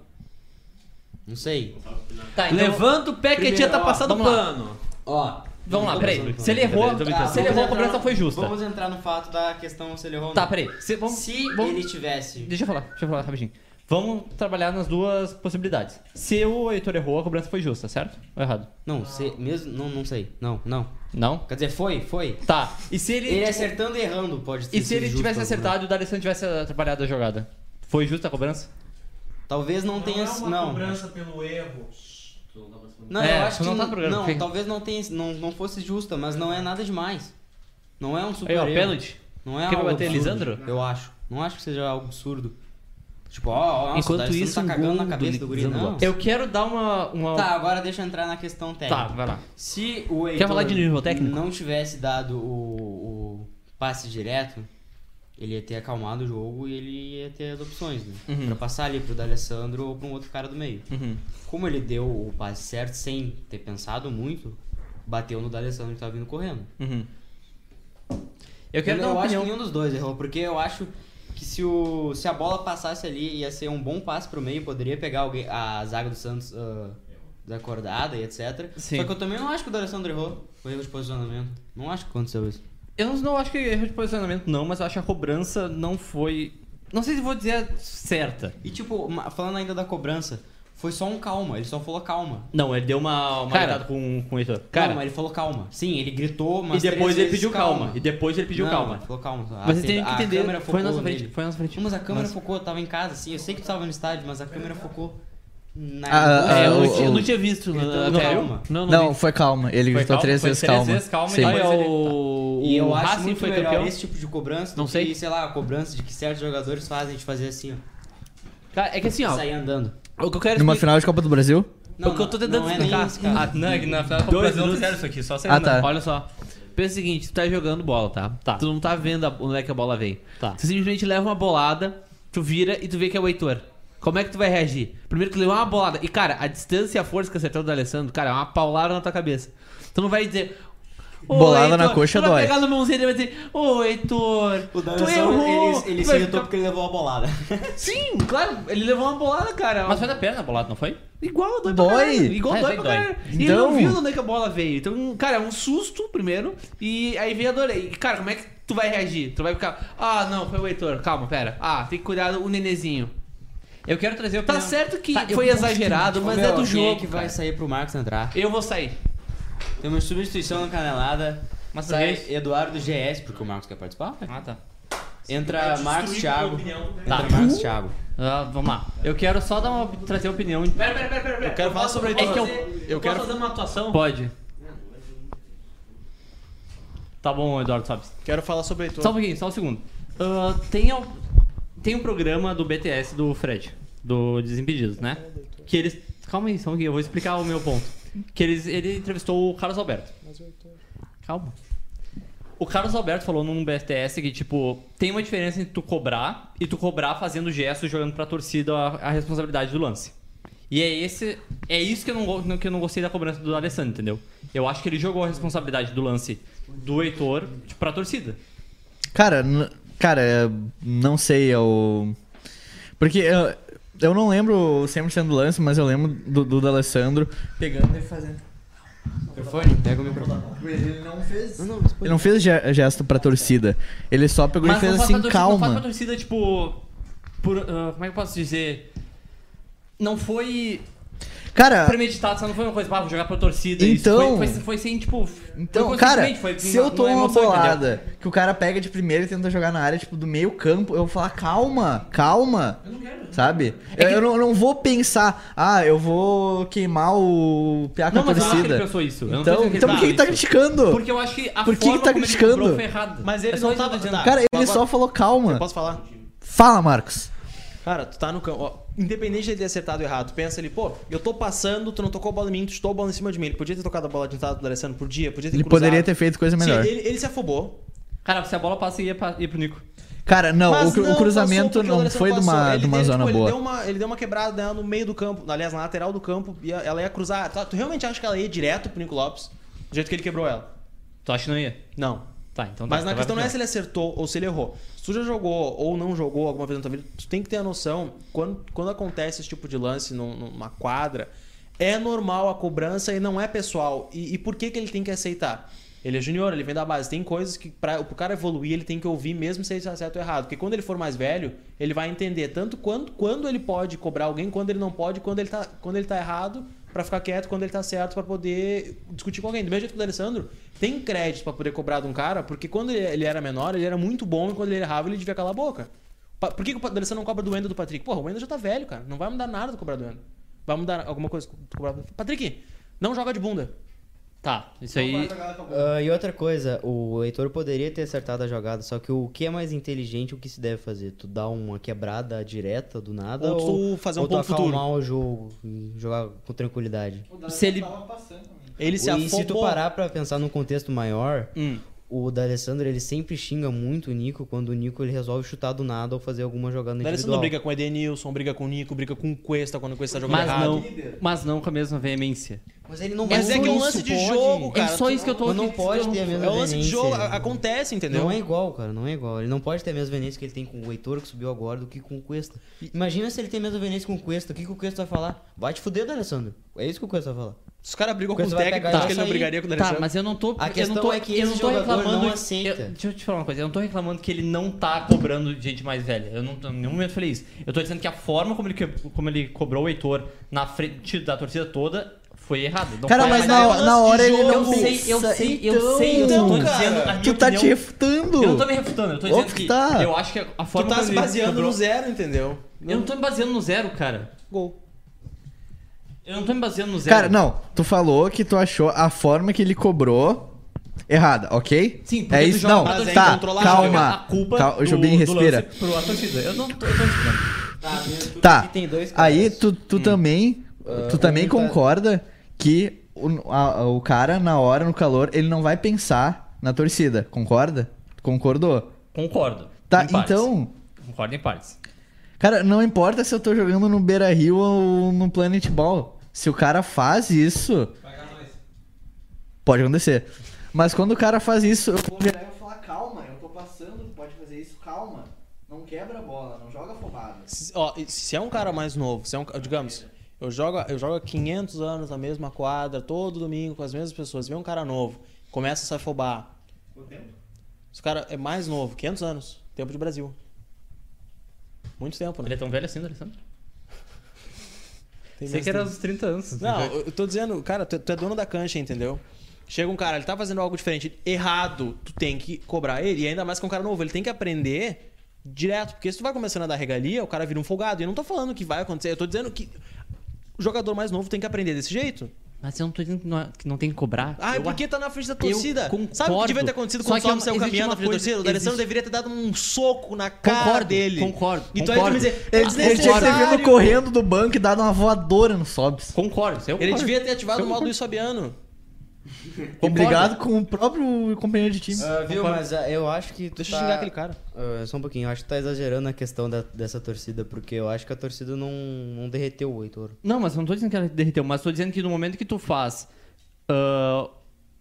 C: Não sei.
A: Tá,
B: Levanta o pé que a tia
C: primeiro,
B: tá
C: ó,
B: passando
A: vamos lá.
B: pano.
C: Ó,
A: Vamos lá, peraí. Se ele
B: Tô
A: errou,
B: brincando, tô
C: Tá,
B: brincando.
A: se ele errou, a
C: vamos
A: cobrança
C: entrar no-
A: foi justa.
C: Vamos entrar no fato da questão se ele errou ou
A: Tá,
C: não.
A: peraí. Se, vamos,
C: Se
A: vamos-
C: ele tivesse.
A: Deixa eu falar, deixa eu falar rapidinho. Vamos trabalhar nas duas possibilidades. Se o Heitor errou, a cobrança foi justa, certo? Ou errado?
C: Não, se, mesmo. Não, não sei. Não, não.
A: Não?
C: Quer dizer, foi, foi.
A: Tá. E se ele.
C: Ele acertando e errando, pode ser.
A: E se ele tivesse acertado e o D'Alessandro tivesse atrapalhado a jogada? Foi justa a cobrança?
C: Talvez não
H: Não
C: tenha.
H: é uma
C: Não.
H: cobrança pelo erro.
C: Não,
A: É,
C: eu acho
A: tu
C: que.
A: não tá no
C: n-
A: programa,
C: não,
A: fica.
C: talvez não tenha. Não, não fosse justa, mas não é nada demais. Não é um super.
B: Aí, ó,
C: erro.
B: pênalti.
C: Não é
B: Quem vai
C: algo
B: bater,
C: absurdo,
B: Lisandro?
C: Eu acho. Não acho que seja algo absurdo. Tipo, ó, ó, nossa,
B: Enquanto
C: o D'Alessandro
B: isso,
C: tá
B: um
C: cagando
B: gol
C: na
B: do
C: cabeça do guri,
B: Lisandro
C: não.
B: Lopes.
A: Eu quero dar uma. uma...
C: Tá, agora deixa eu entrar na questão técnica.
A: Tá, vai lá.
C: Se o Heitor
B: falar de nível técnico?
C: não tivesse dado o, o passe direto, ele ia ter acalmado o jogo e ele ia ter as opções, né?
A: Uhum.
C: Pra passar ali pro D'Alessandro ou pra um outro cara do meio.
A: Uhum.
C: Como ele deu o passe certo sem ter pensado muito, bateu no D'Alessandro que tava vindo correndo.
A: Uhum. Eu quero
C: eu
A: dar uma
C: acho que
A: opinião.
C: nenhum dos dois errou, porque eu acho que se, o, se a bola passasse ali, ia ser um bom passe pro meio, poderia pegar alguém, a zaga do Santos ah, desacordada e etc.
A: Sim.
C: Só que eu também não acho que o D'Alessandro errou o erro de posicionamento. Não acho que aconteceu isso.
A: Eu não acho que erro de posicionamento, não, mas eu acho que a cobrança não foi. Não sei se vou dizer certa.
C: E tipo, ma- falando ainda da cobrança, foi só um calma, ele só falou calma.
A: Não, ele deu uma, uma
B: Cara,
A: olhada com, com o Heitor.
B: Cara.
C: Não, mas ele falou calma. Sim, ele gritou,
A: E
C: mas
A: depois
C: três
A: ele
C: vezes
A: pediu calma. E depois ele pediu
C: Não,
A: calma.
C: ele falou calma. A-
A: Mas você tem que
C: a
A: entender. Foi na
C: câmera focou
A: nossa frente.
C: nele.
A: Foi na nossa frente.
C: Não, Mas a câmera focou, eu tava em casa, assim, eu sei que tu tava no estádio, mas a câmera focou na...
D: Ah,
C: no-
D: ah,
B: É, eu,
D: o-
B: não tinha- eu
D: o-
B: não tinha visto.
C: Gritando
B: até
A: no
B: eu.
C: calma.
B: Não, não.
D: né? É, Não, foi calma. Ele
A: Foi
D: gritou
A: calma,
D: três
A: foi
D: vezes
A: três
D: calma.
A: vezes calma e
D: Sim.
A: depois
B: Olha,
A: ele-
B: o,
C: E eu
B: tá. o
C: acho
B: Racing
C: muito
B: foi
C: melhor
B: campeão.
C: esse tipo de cobrança
B: Não
C: do
B: sei.
C: que, sei lá, a cobrança de que certos jogadores fazem de fazer assim, ó.
B: Cara, é que assim, ó.
C: Sair andando.
B: O que eu quero
D: Numa
B: explicar-
D: final de Copa do Brasil?
B: o que eu tô tentando
C: não é nem
B: explicar.
C: isso, cara.
A: Ah, não, é que na final
B: Dois
A: não
B: minutos.
A: fizeram isso aqui, só saiu.
D: Ah, tá.
B: Olha só. Pensa o seguinte, tu tá jogando bola, tá?
A: Tá.
B: Tu não tá vendo a- onde é que a bola vem.
A: Tá.
B: Tu simplesmente leva uma bolada, tu vira e tu vê que é o Heitor. Como é que tu vai reagir? Primeiro que tu levou uma bolada. E, cara, a distância e a força que acertou do Alessandro, cara, é uma paulada na tua cabeça. Tu não vai dizer. "Ô,
D: Bolada na
B: Heitor",
D: coxa
B: tu vai
D: dói.
B: pegar na mãozinha e vai dizer, ô Heitor, tu
C: O D'Alessandro,
B: errou.
C: ele, ele
B: Tu
C: se
B: vai
C: irritou
B: ficar-
C: porque ele levou a bolada.
B: Sim, claro, ele levou uma bolada, cara.
A: Mas foi na perna a bolada, não foi?
B: Igual dói,
D: Dói.
B: pra caralho. Igual
A: É,
B: dói
A: sei
B: pra
A: que dói.
B: caralho. E ele
D: Então-
B: não viu de onde é que a bola veio. Então, cara, é um susto primeiro. E aí veio a dor. E, cara, como é que tu vai reagir? Tu vai ficar. Ah, não, foi o Heitor. Calma, pera. Ah, tem que cuidar do nenezinho.
A: Eu quero trazer a
B: Tá
A: opinião.
B: certo que
A: Tá, eu
B: foi
A: vou-
B: exagerado, mas é do
C: Quem
B: jogo.
C: que vai
B: cara.
C: sair pro Marcos entrar?
B: Eu vou sair.
C: Tem uma substituição na canelada.
A: Mas
C: sai
A: por quê?
C: Eduardo GS, porque o Marcos quer participar. né?
A: Ah, tá.
C: Entra Marcos Thiago. Entra
A: Tá.
C: Marcos Thiago.
A: Ah, vamos lá. Eu quero só dar uma, trazer a opinião.
B: Pera, pera, pera, pera. pera. Eu
A: quero falar sobre o Heitor.
B: posso
A: É que eu-
B: fazer-
A: eu
B: posso
A: quero-
B: fazer uma atuação?
A: Pode. Tá bom, Eduardo Sobes.
I: Quero falar sobre o Heitor.
A: Só um pouquinho, só um segundo. Ah, tem, al- tem um programa do BTS do Fred, do Desimpedidos, né? Que eles. Calma aí, só um pouquinho, eu vou explicar o meu ponto. Que eles, ele entrevistou o Carlos Alberto. Calma. O Carlos Alberto falou num BTS que, tipo, tem uma diferença entre tu cobrar e tu cobrar fazendo gesto e jogando pra torcida a, a responsabilidade do lance. E é esse. É isso que eu, não, go- que eu não gostei da cobrança do Alessandro, entendeu? Eu acho que ele jogou a responsabilidade do lance do Heitor tipo, pra torcida.
D: Cara, n- cara, é, não sei, eu. Porque eu, eu não lembro 100% do lance, mas eu lembro do, do D'Alessandro pegando e fazendo.
C: Pega o microfone.
I: Ele não fez.
D: Ele não fez ge- gesto pra torcida. Ele só pegou e fez
A: não faz
D: assim,
A: pra torcida, Não faz pra
D: calma.
A: torcida, tipo. Por, ah, como é que eu posso dizer? Não foi.
D: Cara,
A: Premeditado, isso não foi uma coisa, pá, vou jogar pra torcida.
D: Então-
A: isso foi, foi, foi sem, tipo.
D: Então,
A: foi
D: cara,
A: conscientemente, foi
D: se eu
A: na-
D: tô
A: na
D: uma
A: emoção, entendeu?
D: bolada que o cara pega de primeira e tenta jogar na área, tipo, do meio campo, eu vou falar, calma, calma. Sabe?
H: É
D: Eu, eu não, eu não vou pensar, ah, eu vou queimar o Piá com
A: Não,
D: a
A: mas eu não acho que ele
D: torcida.
A: pensou isso. Eu não tô
D: Então,
A: dizendo
D: então por que
A: ele
D: que tá
A: pensou isso.
D: criticando?
A: Porque eu acho que a
D: Por que que
A: forma
D: tá
A: como ele
D: criticando?
A: cobrou foi errada.
G: Mas ele
A: É só
G: não
A: isso que eu
G: tava-
A: dizendo.
G: tá.
D: Cara, ele
H: ah, Agora-
D: só falou, calma.
H: Posso falar?
D: Fala, Marcos.
H: Cara, tu tá no campo. Ó, independente de ele ter acertado ou errado, pensa ali, pô, eu tô passando, tu não tocou a bola em mim, tu chutou a bola em cima de mim. Ele podia ter tocado a bola adiantada do Alessandro por dia, podia ter
D: Ele
H: cruzado.
D: poderia ter feito coisa
H: Sim,
D: melhor.
H: ele, ele se afobou.
A: Cara, se a bola passa, ia, pra, ia pro Nico.
D: Cara, não,
H: mas
D: o, cru- o
H: não
D: cruzamento
H: passou, porque o
D: não
H: Alessandro
D: foi de uma,
H: passou.
D: de uma
H: deu,
D: zona
H: tipo,
D: boa.
A: um
H: Ele deu, uma, ele deu uma quebrada nela no meio do campo, aliás, na lateral do campo, e a- ela ia cruzar. Tu, tu realmente acha que ela ia direto pro Nico Lopes? Do jeito que ele quebrou ela?
A: Tu acha que não ia?
H: Não.
A: Tá, então tá,
H: Mas na
A: então vai
H: questão
A: pro
H: não é
A: Nico.
H: se ele acertou ou se ele errou. Se tu já jogou ou não jogou alguma vez na tua vida, tu tem que ter a noção, quando, quando acontece esse tipo de lance num- numa quadra, é normal a cobrança e não é pessoal. E, e por que, que ele tem que aceitar? Ele é junior, ele vem da base. Tem coisas que para o cara evoluir, ele tem que ouvir mesmo se ele está certo ou errado. Porque quando ele for mais velho, ele vai entender tanto quando, quando ele pode cobrar alguém, quando ele não pode, quando ele tá, quando ele tá errado, para ficar quieto, quando ele tá certo, para poder discutir com alguém. Do mesmo jeito que o Alessandro tem crédito para poder cobrar de um cara, porque quando ele- ele era menor, ele era muito bom e quando ele errava, ele devia calar a boca. Pa- Por que, que o D'Alessandro não cobra do Endo do Patrick? Porra, o Endo já tá velho, cara. Não vai mudar nada do cobrar do Endo. Vai mudar alguma coisa. do Cobrar... do- Patrick, não joga de bunda.
A: Tá, isso aí.
C: Ah, e outra coisa, o Heitor poderia ter acertado a jogada, só que o que é mais inteligente, o que se deve fazer? Tu dar uma quebrada direta do nada
H: Ou tu
C: ou,
H: fazer um
C: ou tu
H: ponto futuro.
C: acalmar o jogo, e jogar com tranquilidade.
A: Se ele.
H: Ele se
C: e se tu
H: afobou.
C: parar pra pensar num contexto maior,
H: Hum.
C: o D'Alessandro ele sempre xinga muito o Nico quando o Nico ele resolve chutar do nada ou fazer alguma jogada né,
H: O
C: individual.
H: D'Alessandro briga com o Edenilson, briga com o Nico, briga com o Cuesta quando o Cuesta tá jogando
A: Mas
H: errado.
A: não, mas não com a mesma veemência.
C: Mas ele não
H: Mas
C: não
H: é que é um
C: isso
H: lance de
C: pode.
H: jogo, cara.
A: é só isso que eu tô
C: Mas não
A: aqui-
C: pode
A: eu-
C: ter a mesma
H: É um lance de
C: veemência.
H: jogo, a- acontece, entendeu?
C: Não é igual, cara, não é igual. Ele não pode ter a mesma venência que ele tem com o Heitor, que subiu agora, do que com o Cuesta. Imagina se ele tem a mesma venência com o Cuesta, o que, que o Cuesta vai falar? Vai te fuder, D'Alessandro. É isso que o Cuesta vai falar.
H: Se os caras brigam com o
C: Cuesta vai
H: técnico,
C: pegar
H: acho que
C: e
H: ele não
C: vai
H: brigaria com o
A: Tá,
H: D'Alessandro.
A: mas eu não tô.
C: A
A: eu não
C: questão
A: tô,
C: é que
A: eu
C: esse
A: não tô
C: jogador
A: reclamando.
C: não
A: eu-
C: aceita.
A: deixa eu te falar uma coisa. Eu não tô reclamando que ele não tá cobrando gente mais velha. Eu não, em nenhum momento falei isso. Eu tô dizendo que a forma como ele, que- como ele cobrou o Heitor na frente da torcida toda foi errada. Não
D: Cara,
A: foi
D: mas
A: errada.
D: na,
H: lance
D: na
H: de
D: hora ele
H: jogo.
D: não
A: Eu sei, eu
D: pensa.
A: sei, eu sei, eu
D: Então,
A: tô
D: cara,
A: dizendo a minha
D: Tu tá te
A: opinião.
D: refutando.
A: Eu não tô me refutando, eu tô dizendo
D: Óbvio que
A: que
D: tá.
A: eu acho que a
H: Tu
A: forma
H: tá
A: como
H: se
A: ele
H: baseando
A: cobrou-
H: no zero, entendeu?
A: Eu não tô me baseando no zero, cara.
H: Gol.
A: Eu não tô me baseando no zero.
D: Cara, não, tu falou que tu achou a forma que ele cobrou errada, ok?
A: Sim, porque
D: é
A: tu
D: isso
A: joga
D: não.
A: pra torcida,
D: Tá,
A: incontrolável,
D: calma.
A: A culpa
D: Cal-
A: do-
D: Jubim,
A: do
D: respira.
A: lance pro- a torcida. Eu não tô, eu tô Hum. explicando.
D: Tá.
C: é Tem dois caras.
D: Aí tu, tu também, tu também
C: um tá-
D: concorda que o, a- o cara na hora no calor, ele não vai pensar na torcida, concorda? Concordou?
A: Concordo.
D: Tá,
A: em partes.
D: então,
A: Concordo em partes.
D: cara, não importa se eu tô jogando no Beira Rio ou no Planet Ball. Se o cara faz isso, pode acontecer. Mas quando o cara faz isso, eu
H: vou virar e vou falar, calma, eu tô passando, pode fazer isso, calma. Não quebra a bola, não joga afobado. Se, ó, e se é um cara mais novo, se é um, ca- digamos, eu jogo, eu jogo há 500 anos na mesma quadra, todo domingo com as mesmas pessoas, vem um cara novo, começa a se afobar. Se o cara é mais novo, 500 anos, tempo de Brasil. Muito tempo,
A: Ele
H: né?
A: é tão velho assim, Alessandro?
H: Tem
A: Sei
H: mais
A: que era
H: tempo.
A: aos 30 anos.
H: Não, eu eu tô dizendo, cara, tu, tu é dono da cancha, entendeu? Chega um cara, ele tá fazendo algo diferente, errado, tu tem que cobrar ele, e ainda mais que é um cara novo, ele tem que aprender direto, porque se tu vai começando a dar regalia, o cara vira um folgado. E eu não tô falando que vai acontecer, eu tô dizendo que o jogador mais novo tem que aprender desse jeito.
A: Mas eu não tô dizendo que não, é- que não tem que cobrar.
H: Ah, é
A: eu
H: porque
A: acho-
H: tá na frente da torcida.
A: concordo.
H: Sabe o que devia ter acontecido
A: Só
H: quando o
A: que é
H: Salmo
A: uma-
H: saiu
A: existe
H: caminhando na
A: uma
H: frente da
A: coisa-
H: torcida? O D'Alessandro
A: existe-
H: deveria ter dado um soco na cara
A: Concordo,
H: dele.
A: concordo,
H: E tu aí tu me
A: concordo.
H: dizer, é
D: Ele, ele tinha que ter
H: desnecessário.
D: vindo correndo do banco e dado uma voadora no Sobs.
A: Concordo, isso eu
H: Ele
A: concordo.
H: devia ter ativado o modo Luiz Fabiano.
D: Obrigado com o próprio companheiro de time.
C: Ah, viu, mas ah, eu acho que. tu
H: Deixa eu
C: tá-
H: xingar aquele cara.
C: Ah, só um pouquinho, eu acho que tá exagerando a questão da- dessa torcida, porque eu acho que a torcida não, não derreteu o Heitor.
A: Não, mas eu não tô dizendo que ela derreteu, mas tô dizendo que no momento que tu faz ah,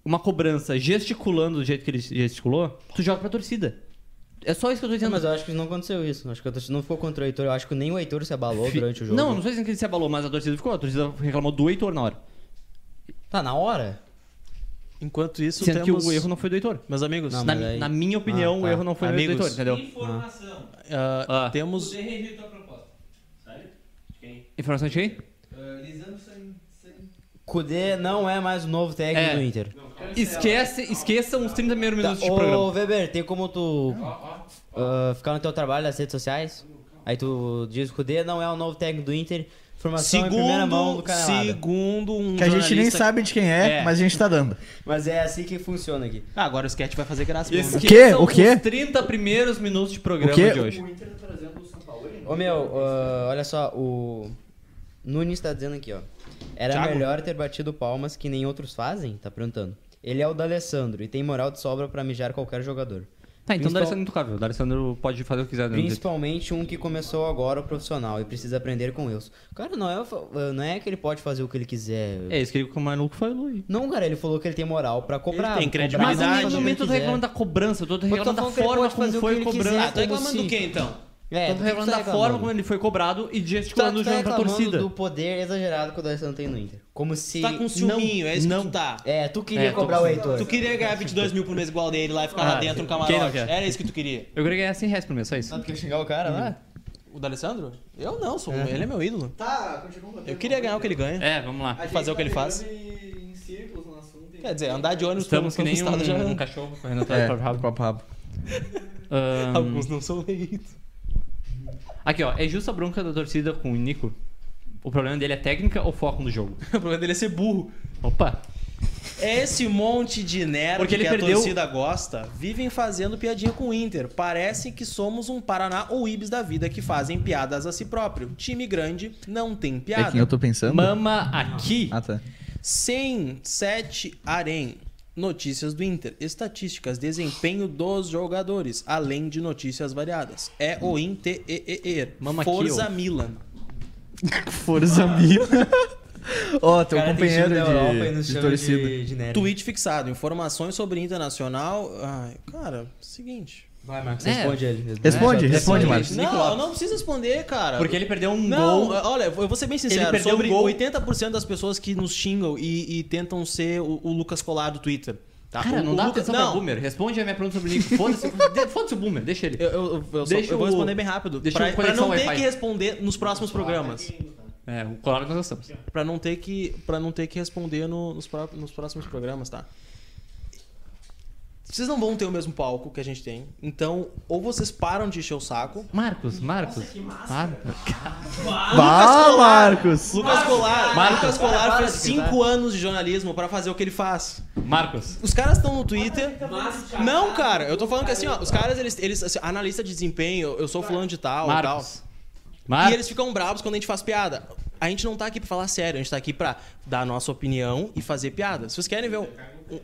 A: uma cobrança gesticulando do jeito que ele gesticulou, tu joga pra torcida. É só isso que eu tô
C: Não,
A: dizendo.
C: mas eu acho que não aconteceu isso. Acho que a torcida não ficou contra o Heitor. Eu acho que nem o Heitor se abalou
A: Fi-
C: durante o jogo.
A: Não, não tô dizendo que ele se abalou, mas a torcida ficou. A torcida reclamou do Heitor na hora.
C: Tá, na hora?
H: Enquanto isso,
A: Sendo
H: temos...
A: que o erro não foi do Heitor.
H: Meus amigos,
C: Não,
A: na,
C: mas aí-
A: na minha opinião,
C: Ah,
A: o
C: tá.
A: erro não foi
H: Amigos.
A: do Heitor, entendeu?
G: Informação.
H: ah,
A: Ah.
H: temos
G: Você rejeitou a proposta. Sabe? De quem?
A: Informação de quem?
G: Ah, Lisandro San-
C: Kudê não é mais o novo técnico
A: É.
C: do Inter.
A: Esquece, esqueçam os 30 primeiros
C: Tá,
A: minutos de
C: ô,
A: programa.
C: Weber, tem como tu ah, ficar no teu trabalho nas redes sociais? Aí tu diz que o Kudê não é o novo técnico do Inter. Informação em primeira mão do
H: Segundo,
C: canal.
H: segundo um
D: Que a gente nem
H: jornalista-
D: sabe de quem é,
H: É.
D: mas a gente tá dando.
C: Mas é assim que funciona aqui.
H: Ah, agora o sketch vai fazer graça. pelo
A: Esqueçam
H: menos.
D: O quê? O quê?
A: os 30 primeiros minutos de programa
D: O quê?
A: de hoje.
C: Ô meu, ah, olha só, o Nunes tá dizendo aqui, ó. Era
H: Thiago?
C: melhor ter batido palmas que nem outros fazem? Tá perguntando. Ele é o D'Alessandro e tem moral de sobra pra mijar qualquer jogador.
A: Tá, então o
C: Principal-
A: D'Alessandro é intocável. O D'Alessandro pode fazer o que quiser. né?
C: Principalmente um que começou agora o profissional e precisa aprender com isso. Cara, não é, o fa- não é que ele pode fazer o que ele quiser.
A: É isso que o Manuco falou aí.
C: Não, cara, ele falou que ele tem moral pra cobrar.
H: Ele tem
C: cobrar,
A: Mas é
H: credibilidade.
A: em
C: fazer
A: nenhum
C: o que
A: momento eu tô
C: quiser.
A: reclamando da cobrança, eu tô
C: tô
A: reclamando da
C: falando que ele
A: forma
C: pode
A: como
C: fazer o que
A: foi
C: ele
A: cobrado.
C: quiser,
H: Tá
C: como
H: reclamando
C: se-
H: do quê, então?
C: É,
A: Eu tô
C: do que
A: reclamando
C: tu tá
A: da forma
C: reclamando?
A: como ele foi cobrado e
C: Tu tá,
A: gesticulando
C: tu
A: o
C: tá
A: jogo pra
C: reclamando
A: torcida.
C: do poder exagerado que o D'Alessandro tem no Inter. Como se...
H: Tu tá com ciúminho, é isso
A: não.
H: que tu tá.
C: É, tu queria
A: É, tô
C: cobrar o
A: com-
C: Heitor.
H: Tu queria ganhar 22 mil por mês igual dele lá e ficar
A: Ah,
H: lá dentro no
A: quem não
H: camarote.
A: quer?
H: Era isso que tu queria.
A: Eu queria ganhar 100 reais por mês, só isso.
C: Tanto que eu xingar o cara lá?
H: O D'Alessandro? Eu não, sou, ele é meu ídolo.
F: Tá, continua. o roteiro.
H: Eu queria ganhar o que ele ganha.
A: É, vamos lá.
F: A gente
H: fazer o que ele
F: tá
H: faz.
D: É,
F: entrando Em em círculos no assunto. e-
H: Quer dizer, andar de ônibus
A: Estamos que nem
H: pelo
A: um,
H: estado
A: um
H: já...
A: cachorro correndo atrás
D: É,
A: do próprio rabo.
D: papo rabo.
A: Ahn,
H: Alguns não são leitos.
A: Aqui, ó. É justa a bronca da torcida com o Nico. O problema dele é técnica ou foco no jogo?
H: O problema dele é ser burro.
A: Opa!
H: Esse monte de nerd
A: Porque ele
H: que
A: perdeu-
H: a torcida gosta vivem fazendo piadinha com o Inter. Parece que somos um Paraná ou Ibis da vida que fazem piadas a si próprio. Time grande não tem
D: É
H: piada.
D: quem eu tô pensando?
A: Mama aqui.
D: Ah, tá.
H: 107 Arém. Notícias do Inter, estatísticas, desempenho dos jogadores, além de notícias variadas. É o Inter e e e.
A: Mama aqui,
H: Forza
A: ó.
H: Milan.
D: Forza Milan. Ó, teu
C: cara tem
D: companheiro
C: time da Europa e
D: de,
C: nos
D: de
C: chama
D: torcida.
C: de- de nerd.
H: Tweet fixado, informações sobre Internacional. Ai, cara, seguinte.
C: Vai, Marcos,
A: É.
C: responde ele. Responde,
D: Responde,
F: É,
C: Já-
D: responde,
C: já-
D: Marcos.
H: Não, eu não preciso responder, cara.
A: Porque ele perdeu um
H: Não, é,
A: gol.
H: olha, eu vou ser bem
A: Ele
H: sincero.
A: perdeu
H: Sobre
A: um gol.
H: 80% das pessoas que nos xingam e, e tentam ser o, o Lucas Colar do Twitter. Tá?
A: Cara,
H: O-
A: não
H: o
A: dá
H: Lucas-
A: atenção pra
H: não,
A: boomer. Responde a minha pergunta sobre o Nico. Foda-se foda o boomer, deixa ele.
H: Eu, eu, eu, só-
A: Deixa
H: eu vou
A: o-
H: responder bem rápido.
A: deixa
H: pra,
A: o
H: pra
A: conexão
H: não ter
A: Wi-Fi.
H: que responder nos próximos programas.
A: É, o colar que nós estamos.
H: Pra não ter que, pra não ter que responder no- nos, pró- nos próximos programas, tá? Vocês não vão ter o mesmo palco que a gente tem. Então, ou vocês param de encher o saco.
A: Marcos, Marcos. Marcos.
F: Ah,
D: Bah, Marcos!
H: Lucas Colar,
A: Marcos,
H: Lucas Colar fez 5 anos de jornalismo pra fazer o que ele faz.
A: Marcos.
H: Os caras estão no Twitter. Não, cara, eu tô falando que assim, ó, os caras, eles, eles assim, analista de desempenho, eu sou fulano de tal, tal.
A: Marcos.
H: E
A: Marcos.
H: eles ficam bravos quando a gente faz piada. A gente não tá aqui pra falar sério, a gente tá aqui pra dar a nossa opinião e fazer piada. Se vocês querem ver um,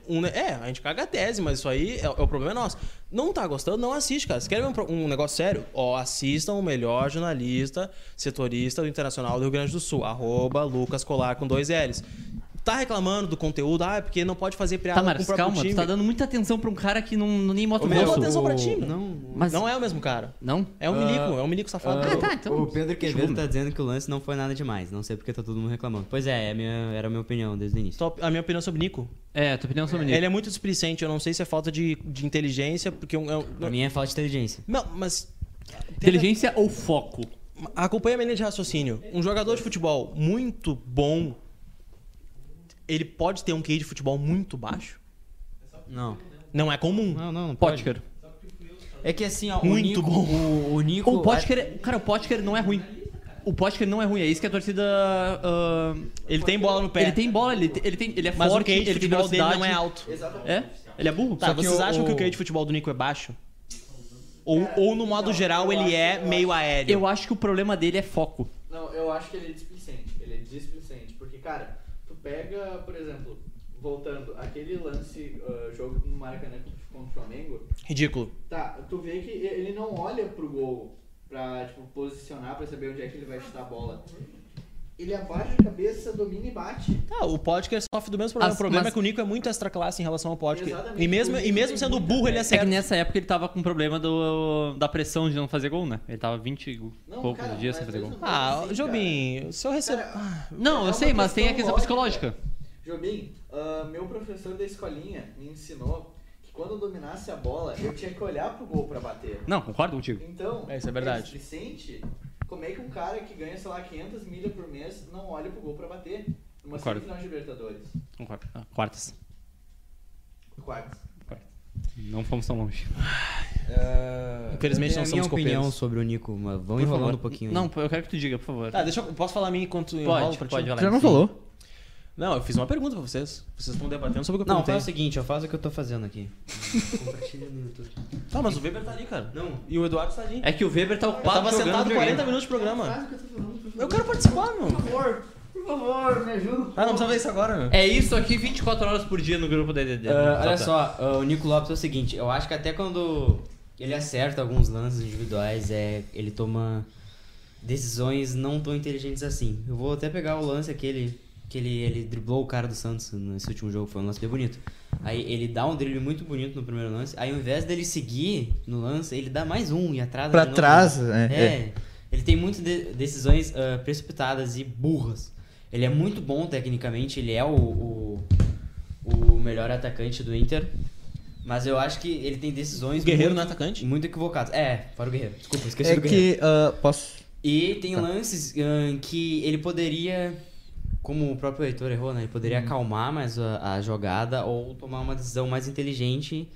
H: um- um- É, a gente caga a tese, mas isso aí é, é o problema é nosso. Não tá gostando, não assiste, cara. Vocês querem ver um, pro- um negócio sério? Ó, assistam o melhor jornalista setorista do Internacional do Rio Grande do Sul, arroba Lucas Colar com dois L's. Tá reclamando do conteúdo, ah, é porque não pode fazer piada
A: Tá,
H: com o
A: Marcos,
H: próprio
A: calma.
H: time.
A: Tu tá dando muita atenção pra um cara que não, não nem mostra
H: Eu
A: o
H: não dou
A: rosto.
H: atenção pra time. Não,
A: Mas... Não é?
H: é o mesmo cara.
A: Não?
H: É um milico, é um milico safado.
A: Ah, tá, então.
C: O Pedro Quevedo tá dizendo que o lance não foi nada demais. Não sei porque tá todo mundo reclamando. Pois é, é a minha- era a minha opinião desde o início.
H: Só A minha opinião sobre Nico.
A: É, tua opinião sobre o Nico.
H: Ele é muito displicente, eu não sei se é falta de, de inteligência, porque um, é um-
C: Pra mim é falta de inteligência.
H: Não, mas.
A: Inteligência ou foco?
H: Acompanha a minha linha de raciocínio. Um jogador de futebol muito bom, ele pode ter um QI de futebol muito baixo?
C: Não.
H: Não é comum.
C: Não, não, não pode.
A: Potker.
C: É que assim, ó,
H: Muito
C: o Nico,
H: bom.
C: O, o Nico...
A: O Potker, é- cara, o Potker não é ruim. O Potker não é ruim, é isso que a torcida... ah,
H: Ele tem bola no pé.
A: Ele tem bola, ele, te- ele, tem, ele é
H: É. mas o
A: forte,
H: QI de
A: ele tem
H: futebol dele
A: velocidade.
H: não é alto.
A: É? Ele é burro?
H: Tá,
A: Só que
H: vocês
A: o-
H: acham que o
A: o-
H: QI de futebol do Nico é baixo? Ou, ou no modo geral ele é meio aéreo?
A: Eu acho que o problema dele é foco.
F: Não, eu acho que ele é displicente. Ele é displicente. Porque, cara, tu pega, por exemplo, voltando, aquele lance, ah, jogo no Maracanã contra o Flamengo,
H: Ridículo.
F: tá, tu vê que ele não olha pro gol pra, tipo, posicionar, pra saber onde é que ele vai chutar a bola. Ele abaixa a cabeça, domina e bate.
H: Tá, o Podker sofre do mesmo problema.
A: As-
H: o problema
A: mas-
H: é que o Nico é muito extra classe em relação ao Podker.
F: Exatamente.
H: E mesmo, e mesmo sendo burro, ele
A: É que
H: acerta.
A: nessa época ele tava com problema do, da pressão de não fazer gol, né? Ele tava 20 e
F: Não,
A: poucos
F: cara,
A: dias
F: mas
A: sem fazer
F: mesmo
A: gol.
H: Ah,
F: assim,
H: Jobim, se eu recebo.
F: Cara,
H: Ah,
A: Não,
F: é
A: eu
F: uma
A: sei, mas tem a
F: questão
A: questão
F: lógica.
A: psicológica.
F: Jobim, ah, meu professor da escolinha me ensinou que quando eu dominasse a bola, eu tinha que olhar pro gol pra bater.
A: Não, concordo contigo.
F: Então,
H: É, isso é verdade.
F: displicente? Como é que um cara que ganha, sei lá, 500 milha por mês não olha pro gol pra bater? Uma
A: Concordo.
F: semifinal de Libertadores.
A: Concordo. Ah, Quartas.
F: Quartos.
A: Não fomos tão longe.
H: Infelizmente
C: Eu tenho É a
H: não somos
C: minha opinião
H: copeiros.
C: sobre o Nico, mas
A: Por
C: vamos enrolando
A: favor.
C: um pouquinho. aí.
A: Não, eu quero que tu diga, por favor.
H: Tá, deixa eu. Posso falar a mim enquanto enrolo
A: pode,
H: pra ti?
A: pode.
D: Tu
A: Alex.
D: já não falou?
H: Não, eu fiz uma pergunta pra vocês. Vocês estão debatendo sobre o que eu
C: Não, faz o
H: perguntei.
C: seguinte, eu faço o que eu tô fazendo aqui.
G: Compartilha no YouTube.
H: Tá, mas o Weber tá ali, cara. Não. E o Eduardo tá ali.
A: É que o Weber tá
H: Eu
A: ocupado
H: tava
A: jogando
H: sentado
A: videogame.
H: 40 minutos de programa.
G: que eu tô falando.
H: Eu quero participar, meu.
G: favor, por favor, me ajuda.
H: Ah, não precisa ver isso agora, meu.
A: É isso aqui 24 horas por dia no grupo da
H: É,
A: DDD.
C: Ah, olha só, ah, o Nico Lopes é o seguinte, eu acho que até quando ele acerta alguns lances individuais, é, ele toma decisões não tão inteligentes assim. Eu vou até pegar o lance aquele que ele, ele driblou o cara do Santos nesse último jogo, foi um lance bem bonito. Aí ele dá um drible muito bonito no primeiro lance, aí ao invés dele seguir no lance, ele dá mais um e atrás
D: Pra trás, né?
C: é, ele tem muitas de- decisões ah, precipitadas e burras. Ele é muito bom tecnicamente, ele é o, o, o melhor atacante do Inter. Mas eu acho que ele tem decisões
H: O Guerreiro
C: muito,
H: não é atacante?
C: muito equivocadas. É, fora o Guerreiro. Desculpa, esqueci
D: É
C: do Guerreiro.
D: que. ah, posso.
C: E
D: Tá.
C: tem lances ah, em que ele poderia, como o próprio Heitor errou, né? Ele poderia
D: Uhum.
C: acalmar mais a, a jogada ou tomar uma decisão mais inteligente.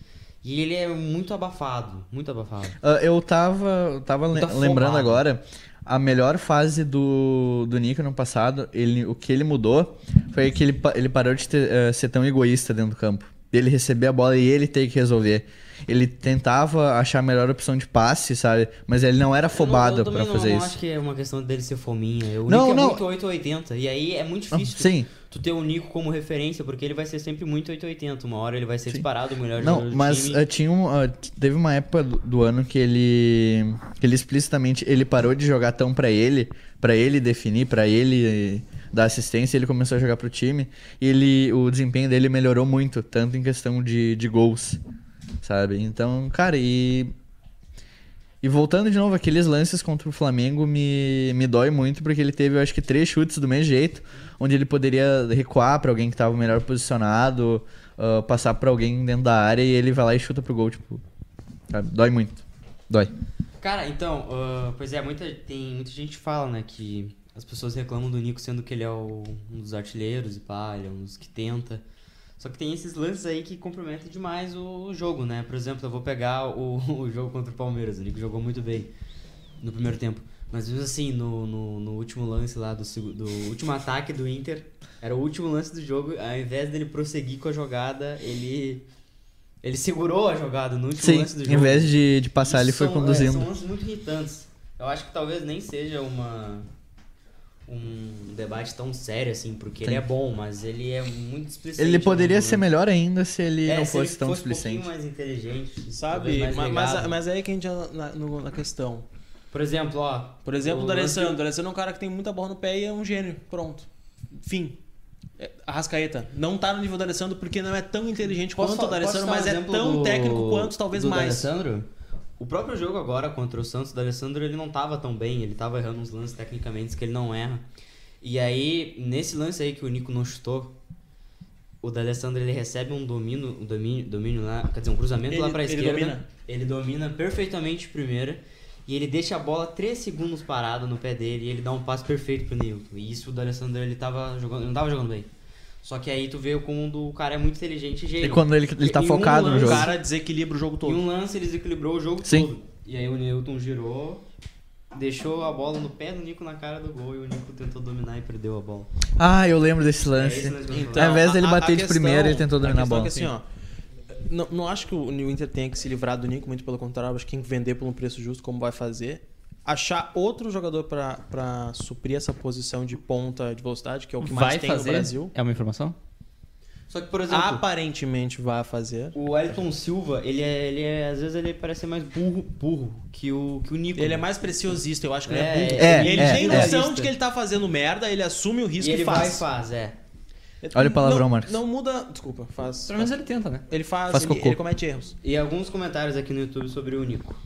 C: E ele é muito abafado, muito abafado.
D: Ah, eu tava, eu tava le-
C: Tá afobado.
D: lembrando agora, a melhor fase do, do Nico no passado, ele, o que ele mudou foi que ele, pa- ele parou de ter, eh, ser tão egoísta dentro do campo. Ele recebia a bola e ele ter que resolver. Ele tentava achar a melhor opção de passe, sabe? Mas ele não era afobado pra fazer
C: não, Eu
D: isso.
C: acho que é uma questão dele ser fominha. O
D: Não,
C: Nico
D: não.
C: é muito 880. E aí é muito
D: Não,
C: difícil tu-
D: sim.
C: tu ter o Nico como referência, porque ele vai ser sempre muito 880. Uma hora ele vai ser disparado o melhor
D: Não,
C: jogador do
D: mas
C: time.
D: eh, tinha um, ah, t- teve uma época do, do ano que ele que ele explicitamente ele parou de jogar tão pra ele, pra ele definir, pra ele eh, dar assistência, ele começou a jogar pro time e ele o desempenho dele melhorou muito, tanto em questão de, de gols, sabe? Então, cara, e e voltando de novo, aqueles lances contra o Flamengo me, me dói muito, porque ele teve, eu acho que, três chutes do mesmo jeito, onde ele poderia recuar pra alguém que tava melhor posicionado, ah, passar pra alguém dentro da área e ele vai lá e chuta pro gol, tipo. sabe? Dói muito. Dói.
C: Cara, então, ah, pois é, muita, tem, muita gente que fala, né, que as pessoas reclamam do Nico sendo que ele é o- um dos artilheiros e pá, ele é um dos que tenta. Só que tem esses lances aí que comprometem demais o, o jogo, né? Por exemplo, eu vou pegar o, o jogo contra o Palmeiras, o Nico jogou muito bem no primeiro tempo. Mas mesmo assim, no, no, no último lance lá, do, segu- do último ataque do Inter, era o último lance do jogo, ao invés dele prosseguir com a jogada, ele... Ele segurou a jogada no último
D: Sim,
C: lance do jogo.
D: em vez de, de passar, ele
C: Isso
D: foi
C: são- é,
D: conduzindo.
C: são lances muito irritantes. Eu acho que talvez nem seja uma um debate tão sério assim, porque ele é bom, mas ele é muito explicente.
D: Ele poderia
C: né?
D: ser melhor ainda se ele
C: É,
D: não
C: se
D: fosse
C: ele
D: tão
C: fosse Um
D: displicente.
C: pouquinho mais inteligente,
H: Sabe?
C: talvez
H: Ma-
C: mais
H: Mas,
C: ligado.
H: mas aí é que a gente já na, no- na questão.
C: Por exemplo, ó,
H: Por exemplo, o
C: O
H: do
C: lance-
H: Alessandro. O Alessandro é um cara que tem muita bola no pé e é um gênio. Pronto. Fim. É, Arrascaeta. Não tá no nível do Alessandro porque não é tão inteligente quanto o
C: fa-
H: do
C: posso
H: Alessandro,
C: dar
H: mas
C: um
H: é
C: exemplo
H: tão
C: do-
H: técnico quanto, talvez
C: do
H: mais.
C: D'Alessandro? O próprio jogo agora contra o Santos, o D'Alessandro ele não tava tão bem, ele tava errando uns lances tecnicamente que ele não erra. E aí, nesse lance aí que o Nico não chutou, o D'Alessandro ele recebe um domínio, um domínio, domínio lá, quer dizer, um cruzamento
H: Ele-
C: lá pra
H: ele
C: esquerda.
H: domina.
C: Ele domina perfeitamente de primeira e ele deixa a bola 3 segundos parada no pé dele e ele dá um passe perfeito pro Nilton. E isso o D'Alessandro ele tava jogando, ele não tava jogando bem. Só que aí tu vê como o do- o cara é muito inteligente e
D: E
C: gênio.
D: quando ele, ele tá
C: E um
D: focado no
C: lance-
H: O
D: jogo.
H: cara desequilibra o jogo
C: Em
H: todo.
C: um lance ele desequilibrou o jogo
D: Sim.
C: todo. E aí o Newton girou, deixou a bola no pé do Nico na cara do gol e o Nico tentou dominar e perdeu a bola.
D: Ah, eu lembro desse
C: É isso
D: lance.
C: mesmo que eu tô
D: Então, Ao invés dele
H: a- a-
D: bater
H: a
D: de primeira, ele tentou
H: a
D: dominar a
H: questão é
D: bola.
H: que, assim, ó, não, não acho que o New Inter tenha que se livrar do Nico, muito pelo contrário, acho que tem que vender por um preço justo, como vai fazer. Achar outro jogador pra- pra suprir essa posição de ponta de velocidade, que é o que mais
A: Vai
H: tem
A: fazer?
H: no Brasil.
A: É uma informação?
C: Só que, por exemplo,
H: Ah, Aparentemente vai fazer.
C: o Elton Silva, ele é, ele é- às vezes ele parece ser mais burro, burro que o, que o Nico.
H: Ele é mais preciosista, eu acho que ele é,
C: É,
H: burro.
D: é,
H: ele
D: é,
H: tem
D: é.
H: noção de que ele tá fazendo merda, ele assume o risco
C: e
H: e,
C: ele vai e
H: faz.
C: faz, é.
D: Olha o palavrão,
H: não,
D: Marcos.
H: Não muda. Desculpa, faz.
A: Pelo menos ele tenta, né?
H: Ele faz.
D: Faz
H: ele,
D: cocô.
H: ele comete erros.
C: E alguns comentários aqui no YouTube sobre o Nico.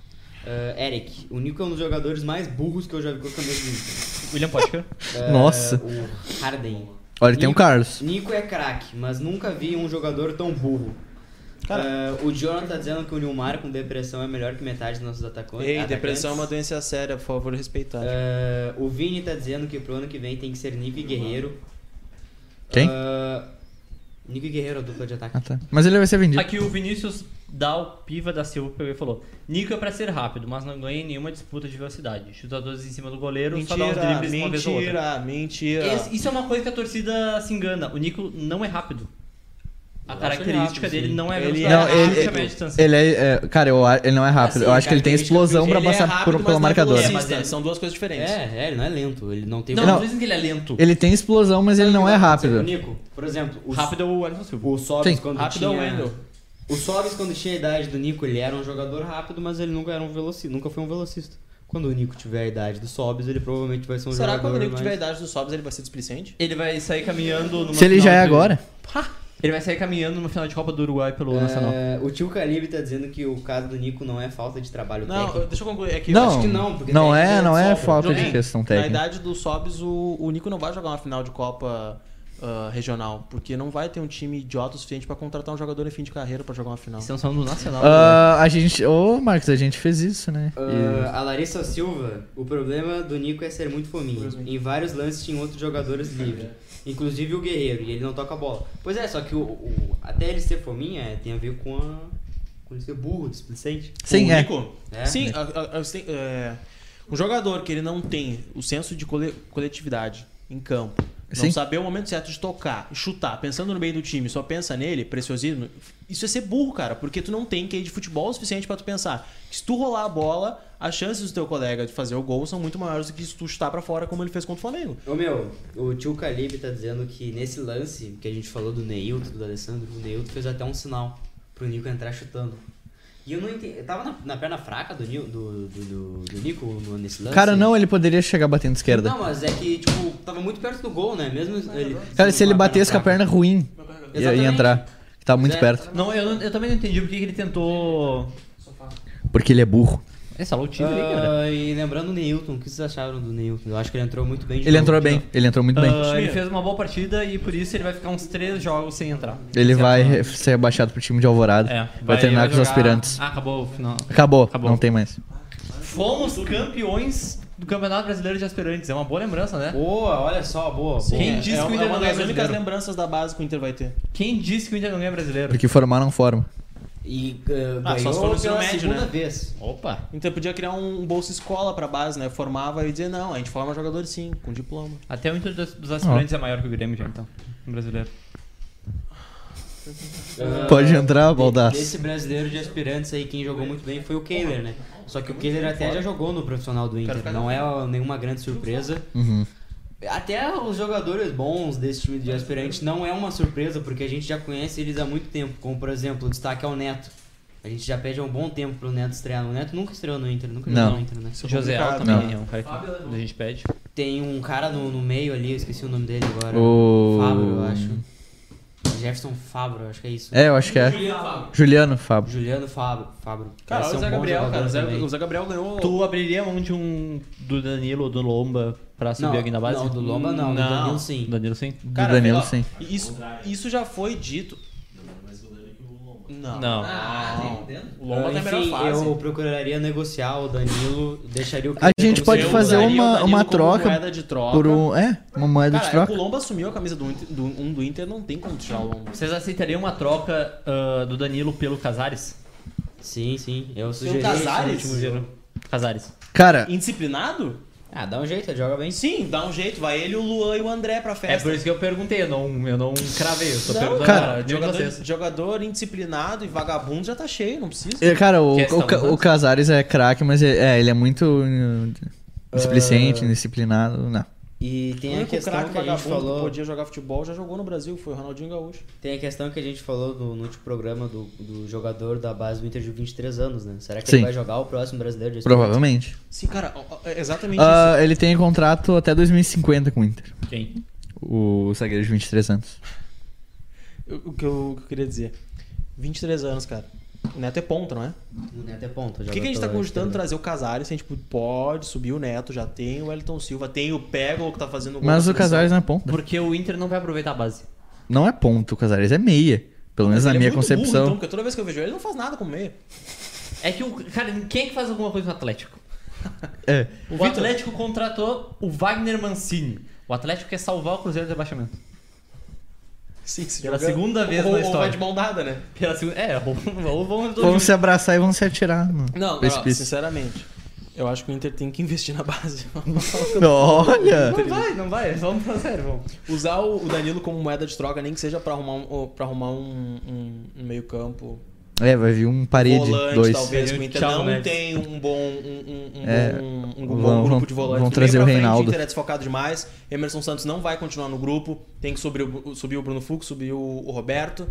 C: Ah, Eric, o Nico é um dos jogadores mais burros que eu já vi com a camisa do Inter.
A: William Potker.
C: Ah,
D: Nossa.
C: O Harden.
D: Olha, tem o
C: Nico-
D: Carlos.
C: Nico é craque, mas nunca vi um jogador tão burro. Ah, o Jonathan tá dizendo que o Nilmar com depressão é melhor que metade dos nossos atacantes. É,
H: Ei, depressão é uma doença séria, por
D: É.
H: favor, respeitar.
C: Ah, o Vini tá dizendo que pro ano que vem tem que ser Nico e Guerreiro.
D: Quem?
C: Ah, Nico e Guerreiro, é dupla de ataque.
D: Ah, tá. Mas ele vai ser vendido.
A: Aqui o Vinícius Dal Piva da Silva pegou e falou: Nico é pra ser rápido, mas não ganha em nenhuma disputa de velocidade. Chuta todos em cima do goleiro, só dá uns
H: Mentira,
A: dribles uma vez ou outra.
H: mentira, mentira.
A: Esse- isso é uma coisa que a torcida se engana. O Nico não é rápido. A característica dele não é
H: Ele
A: velocidade,
D: Não,
A: ele,
D: ele,
A: chute a média
D: ele,
A: distância.
D: ele é, é, Cara, eu, a- ele não é rápido.
C: Assim,
D: eu acho que ele tem explosão pra
H: Ele é
D: passar
H: rápido,
D: por-
H: mas
D: pelo
H: não é
D: marcador.
H: velocista.
A: É, mas ele-
H: São duas coisas diferentes.
C: É, é, ele não é lento, ele não tem...
A: Não,
D: Não.
A: não dizem que ele é lento.
D: Ele tem explosão, mas ele não é
C: O
D: rápido.
C: Nico, por exemplo, o,
A: Rápido é o Alisson Silva.
C: o Sobis
D: Sim.
C: quando
H: Rápido é o
C: tinha...
H: Wendel.
C: O Sobis, quando tinha a idade do Nico, ele era um jogador rápido, mas ele nunca era um velocista, nunca foi um velocista. Quando o Nico tiver a idade do Sobis, ele provavelmente vai ser um
H: Será que quando
C: jogador
H: ele
C: mais...
H: tiver a idade dos Sobs, ele vai ser displicente?
A: Ele vai sair caminhando numa
D: Se ele
A: final
D: já é
A: de-
D: agora.
A: Ele vai sair caminhando numa final de Copa do Uruguai pelo Nacional.
C: É, o tio Calibre tá dizendo que o caso do Nico não é falta de trabalho
H: Não,
C: técnico.
H: eu- deixa eu concluir. É que eu acho
D: Não,
C: que não, porque
D: não
C: técnica
D: é, não é
C: sobra.
D: falta de
H: Joguei.
D: questão
H: Na
D: técnica.
H: idade do Sobs, o, o Nico não vai jogar uma final de Copa ah, regional, porque não vai ter um time idiota o suficiente pra contratar um jogador em fim de carreira pra jogar uma final.
A: Estamos falando do Nacional.
D: Ah, a gente. Ô, Marcos, a gente fez isso, né?
C: Ah, a Larissa Silva, o problema do Nico é ser muito fominha. Em vários lances tinha outros jogadores livres, inclusive o Guerreiro, e ele não toca a bola. Pois é, só que o, o- até ele ser fominha é, tem a ver com, a, com ele ser burro, displicente.
D: E... Sim,
H: o
D: é.
H: Nico?
C: É.
H: Sim, a- a- a- tem- é, um jogador que ele não tem o senso de cole- coletividade em campo,
D: Sim.
H: não saber o momento certo de tocar, chutar, pensando no bem do time, só pensa nele, preciosismo, isso é ser burro, cara, porque tu não tem QI de futebol o suficiente pra tu pensar que se tu rolar a bola, as chances do teu colega de fazer o gol são muito maiores do que se tu chutar pra fora, como ele fez contra o Flamengo.
C: Ô meu, o tio Calibre tá dizendo que nesse lance que a gente falou do Neilton, do Alessandro, o Neilton fez até um sinal pro Nico entrar chutando. E eu não entendi. Eu tava na, na perna fraca do, Nil- do, do, do- do Nico no- nesse lance. é
D: Cara, não, ele poderia chegar batendo esquerda.
C: Não, mas é que, tipo, tava muito perto do gol, né? Mesmo ele.
D: Cara, se ele batesse com a perna ruim, ia, ia
C: Exatamente.
D: entrar. Tá muito
C: É.
D: perto.
A: Não, eu, não- eu também não entendi porque que ele tentou.
D: Porque ele é burro.
A: Esse é o time ali, cara.
C: Ah, e lembrando o Neilton, o que vocês acharam do Neilton? Eu acho que ele é entrou muito bem. de
D: Ele
C: novo,
D: entrou
C: aqui,
D: bem, ele entrou muito bem.
A: Ah, ele fez uma boa partida e por isso ele vai ficar uns três jogos sem entrar.
D: Ele vai re- ser rebaixado pro time de Alvorada.
A: É,
D: vai, terminar com os
A: jogar-
D: aspirantes.
A: Ah, acabou o final.
D: Acabou,
A: acabou.
D: não tem mais.
A: Fomos campeões do Campeonato Brasileiro de Aspirantes. É uma boa lembrança,
C: ó.
A: né?
C: Boa, olha só, boa.
A: Quem
H: É,
A: disse
H: é
A: que o Inter
H: uma
A: não
H: das
A: ganha
H: únicas
A: brasileiro?
H: lembranças da base que o Inter vai ter.
A: Quem disse que o Inter não ganha brasileiro?
D: Porque um formar não forma.
C: E ah,
H: Ah,
C: ganhou
H: só se for no ensino
C: pela
H: médio,
C: segunda
H: né?
C: vez.
A: Opa!
H: Então podia criar um bolsa escola pra base, né? Formava e dizer, não, a gente forma jogador sim, com diploma.
A: Até o Inter dos, dos aspirantes é maior que o Grêmio já, então. No brasileiro.
C: Ah,
D: Pode entrar, Baldaço.
C: Desse brasileiro de aspirantes aí, quem jogou muito bem foi o Kehler, né? Só que o Kehler até já jogou no profissional do Inter. Não é ó, nenhuma grande surpresa.
D: Uhum.
C: Até os jogadores bons desse time de aspirante não é uma surpresa, porque a gente já conhece eles há muito tempo. Como, por exemplo, o destaque é o Neto. A gente já pede há um bom tempo pro Neto estrear. O Neto nunca estreou no Inter, nunca jogou
D: Não.
C: no Inter, né?
A: José Al também é um cara que a gente pede.
C: Tem um cara no, no meio ali, eu esqueci o nome dele agora.
D: O-
C: Fabro, eu acho. Jefferson Fabro, eu acho que é isso.
D: É, eu acho que é. Juliano Fábio.
C: Juliano Fabro. Fabro.
H: Cara,
C: Parece ser
H: o Zé
C: um bom
H: Gabriel,
C: jogador
H: cara. O Zé,
C: também.
H: o Zé Gabriel ganhou.
A: Tu abriria mão de um do Danilo ou do Lomba pra subir
C: Não,
A: alguém na base?
C: Não, do Lomba não,
H: Não.
C: do Danilo
A: Do
C: sim.
A: Danilo sim?
D: Do
H: Cara,
D: Danilo,
H: ó,
D: sim.
H: Isso, isso já foi dito. Ah, Não.
A: Não.
H: O Lomba tá na melhor
C: Enfim,
H: fase.
C: eu procuraria negociar o Danilo, deixaria o
D: A gente
C: como
D: pode
C: seu-
D: fazer
H: usaria o
D: uma-
H: Danilo
D: uma
H: como
D: troca
H: moeda de troca.
D: Por um. É, uma moeda de
H: Cara, um o
D: troca.
H: Lomba assumiu a camisa do, Inter- do- um do Inter, não tem como tirar o Lomba.
A: Vocês aceitariam uma troca ah, do Danilo pelo Casares?
D: um-
C: Sim, sim. Eu sugeri isso no
H: um Casares?
C: último giro.
A: Casares.
D: Cara,
H: Indisciplinado?
C: Ah, dá um jeito, ele joga bem.
H: Sim, dá um jeito. Vai ele, o Luan e o André pra
A: É
H: festa.
A: por isso que eu perguntei, eu não, eu não cravei, eu tô perguntando
D: cara,
A: a opinião de
H: jogador,
A: vocês.
H: jogador indisciplinado e vagabundo já tá cheio, não precisa.
D: é, cara, o,
A: Quer
D: o,
A: estar
D: Ca- o
A: usando?
D: Casares é craque, mas é, é, ele é muito uh, displicente, indisciplinado. Não.
C: E tem
H: o
C: a
H: único
C: questão
H: craque
C: que a gente
H: vagabundo que
C: falou.
H: podia jogar futebol já jogou no Brasil, foi o Ronaldinho Gaúcho.
C: Tem a questão que a gente falou do- no último programa do, do jogador da base do Inter de 23 anos, né? Será que
D: Sim.
C: ele vai jogar o próximo brasileiro de aspirantes?
D: Provavelmente.
H: Sim, cara, ó, ó, é exatamente
D: Ah, ele tem contrato até 2050 com o Inter.
A: Quem?
D: O zagueiro de 23 anos.
H: isso. O, o que eu, o que eu queria dizer. 23 anos, cara. O Neto é ponta, não é?
C: O Neto é ponta.
H: Por que, que a gente tá cogitando
D: né?
H: trazer o Casares? Se a gente tipo, pode subir o Neto, já tem o Elton Silva, tem o Pego que tá fazendo gol
D: Mas
H: na
D: o
H: seleção.
D: Casares não é ponta.
A: Porque o Inter não vai aproveitar a base.
D: Não é ponta, o Casares é meia. Pelo menos na
H: Ele é
D: minha
H: muito
D: concepção.
H: Burro, então, porque toda vez que eu vejo ele, ele não faz nada com o meio.
A: É que
G: um,
A: o. Cara, quem é que faz alguma coisa no Atlético?
H: então.
D: É.
A: O, Atlético contratou o Wagner Mancini. O Atlético quer salvar o Cruzeiro do rebaixamento.
H: Sim, se
G: Pela
H: jogando.
G: segunda vez
H: ou,
G: na
H: Ou vai
G: história.
H: de mão dada, né?
G: Pela segunda... É, ou, ou vamos...
D: Vão se abraçar e vão se atirar no
H: Não, não,
D: precipício.
H: sinceramente. Eu acho que o Inter tem que investir na base.
D: Olha!
G: Não vai, não vai. Vamos pra sério, vamos.
H: Usar o o Danilo como moeda de troca, nem que seja pra arrumar um, pra arrumar um, um- um meio-campo.
D: É, vai vir um parede,
H: Volante,
D: dois.
H: talvez. que O Inter
G: Tchau,
H: não
G: Neves.
H: tem um bom, um, um- um
D: É,
H: bom, um bom
D: vão-
H: grupo de
D: vão-
H: volantes.
D: vão
H: Do
D: trazer
H: meio
D: o
H: pra frente,
D: Reinaldo.
H: O Inter é desfocado demais. Emerson Santos não vai continuar no grupo. Tem que subir o, subir o Bruno Fux, subir o, o Roberto.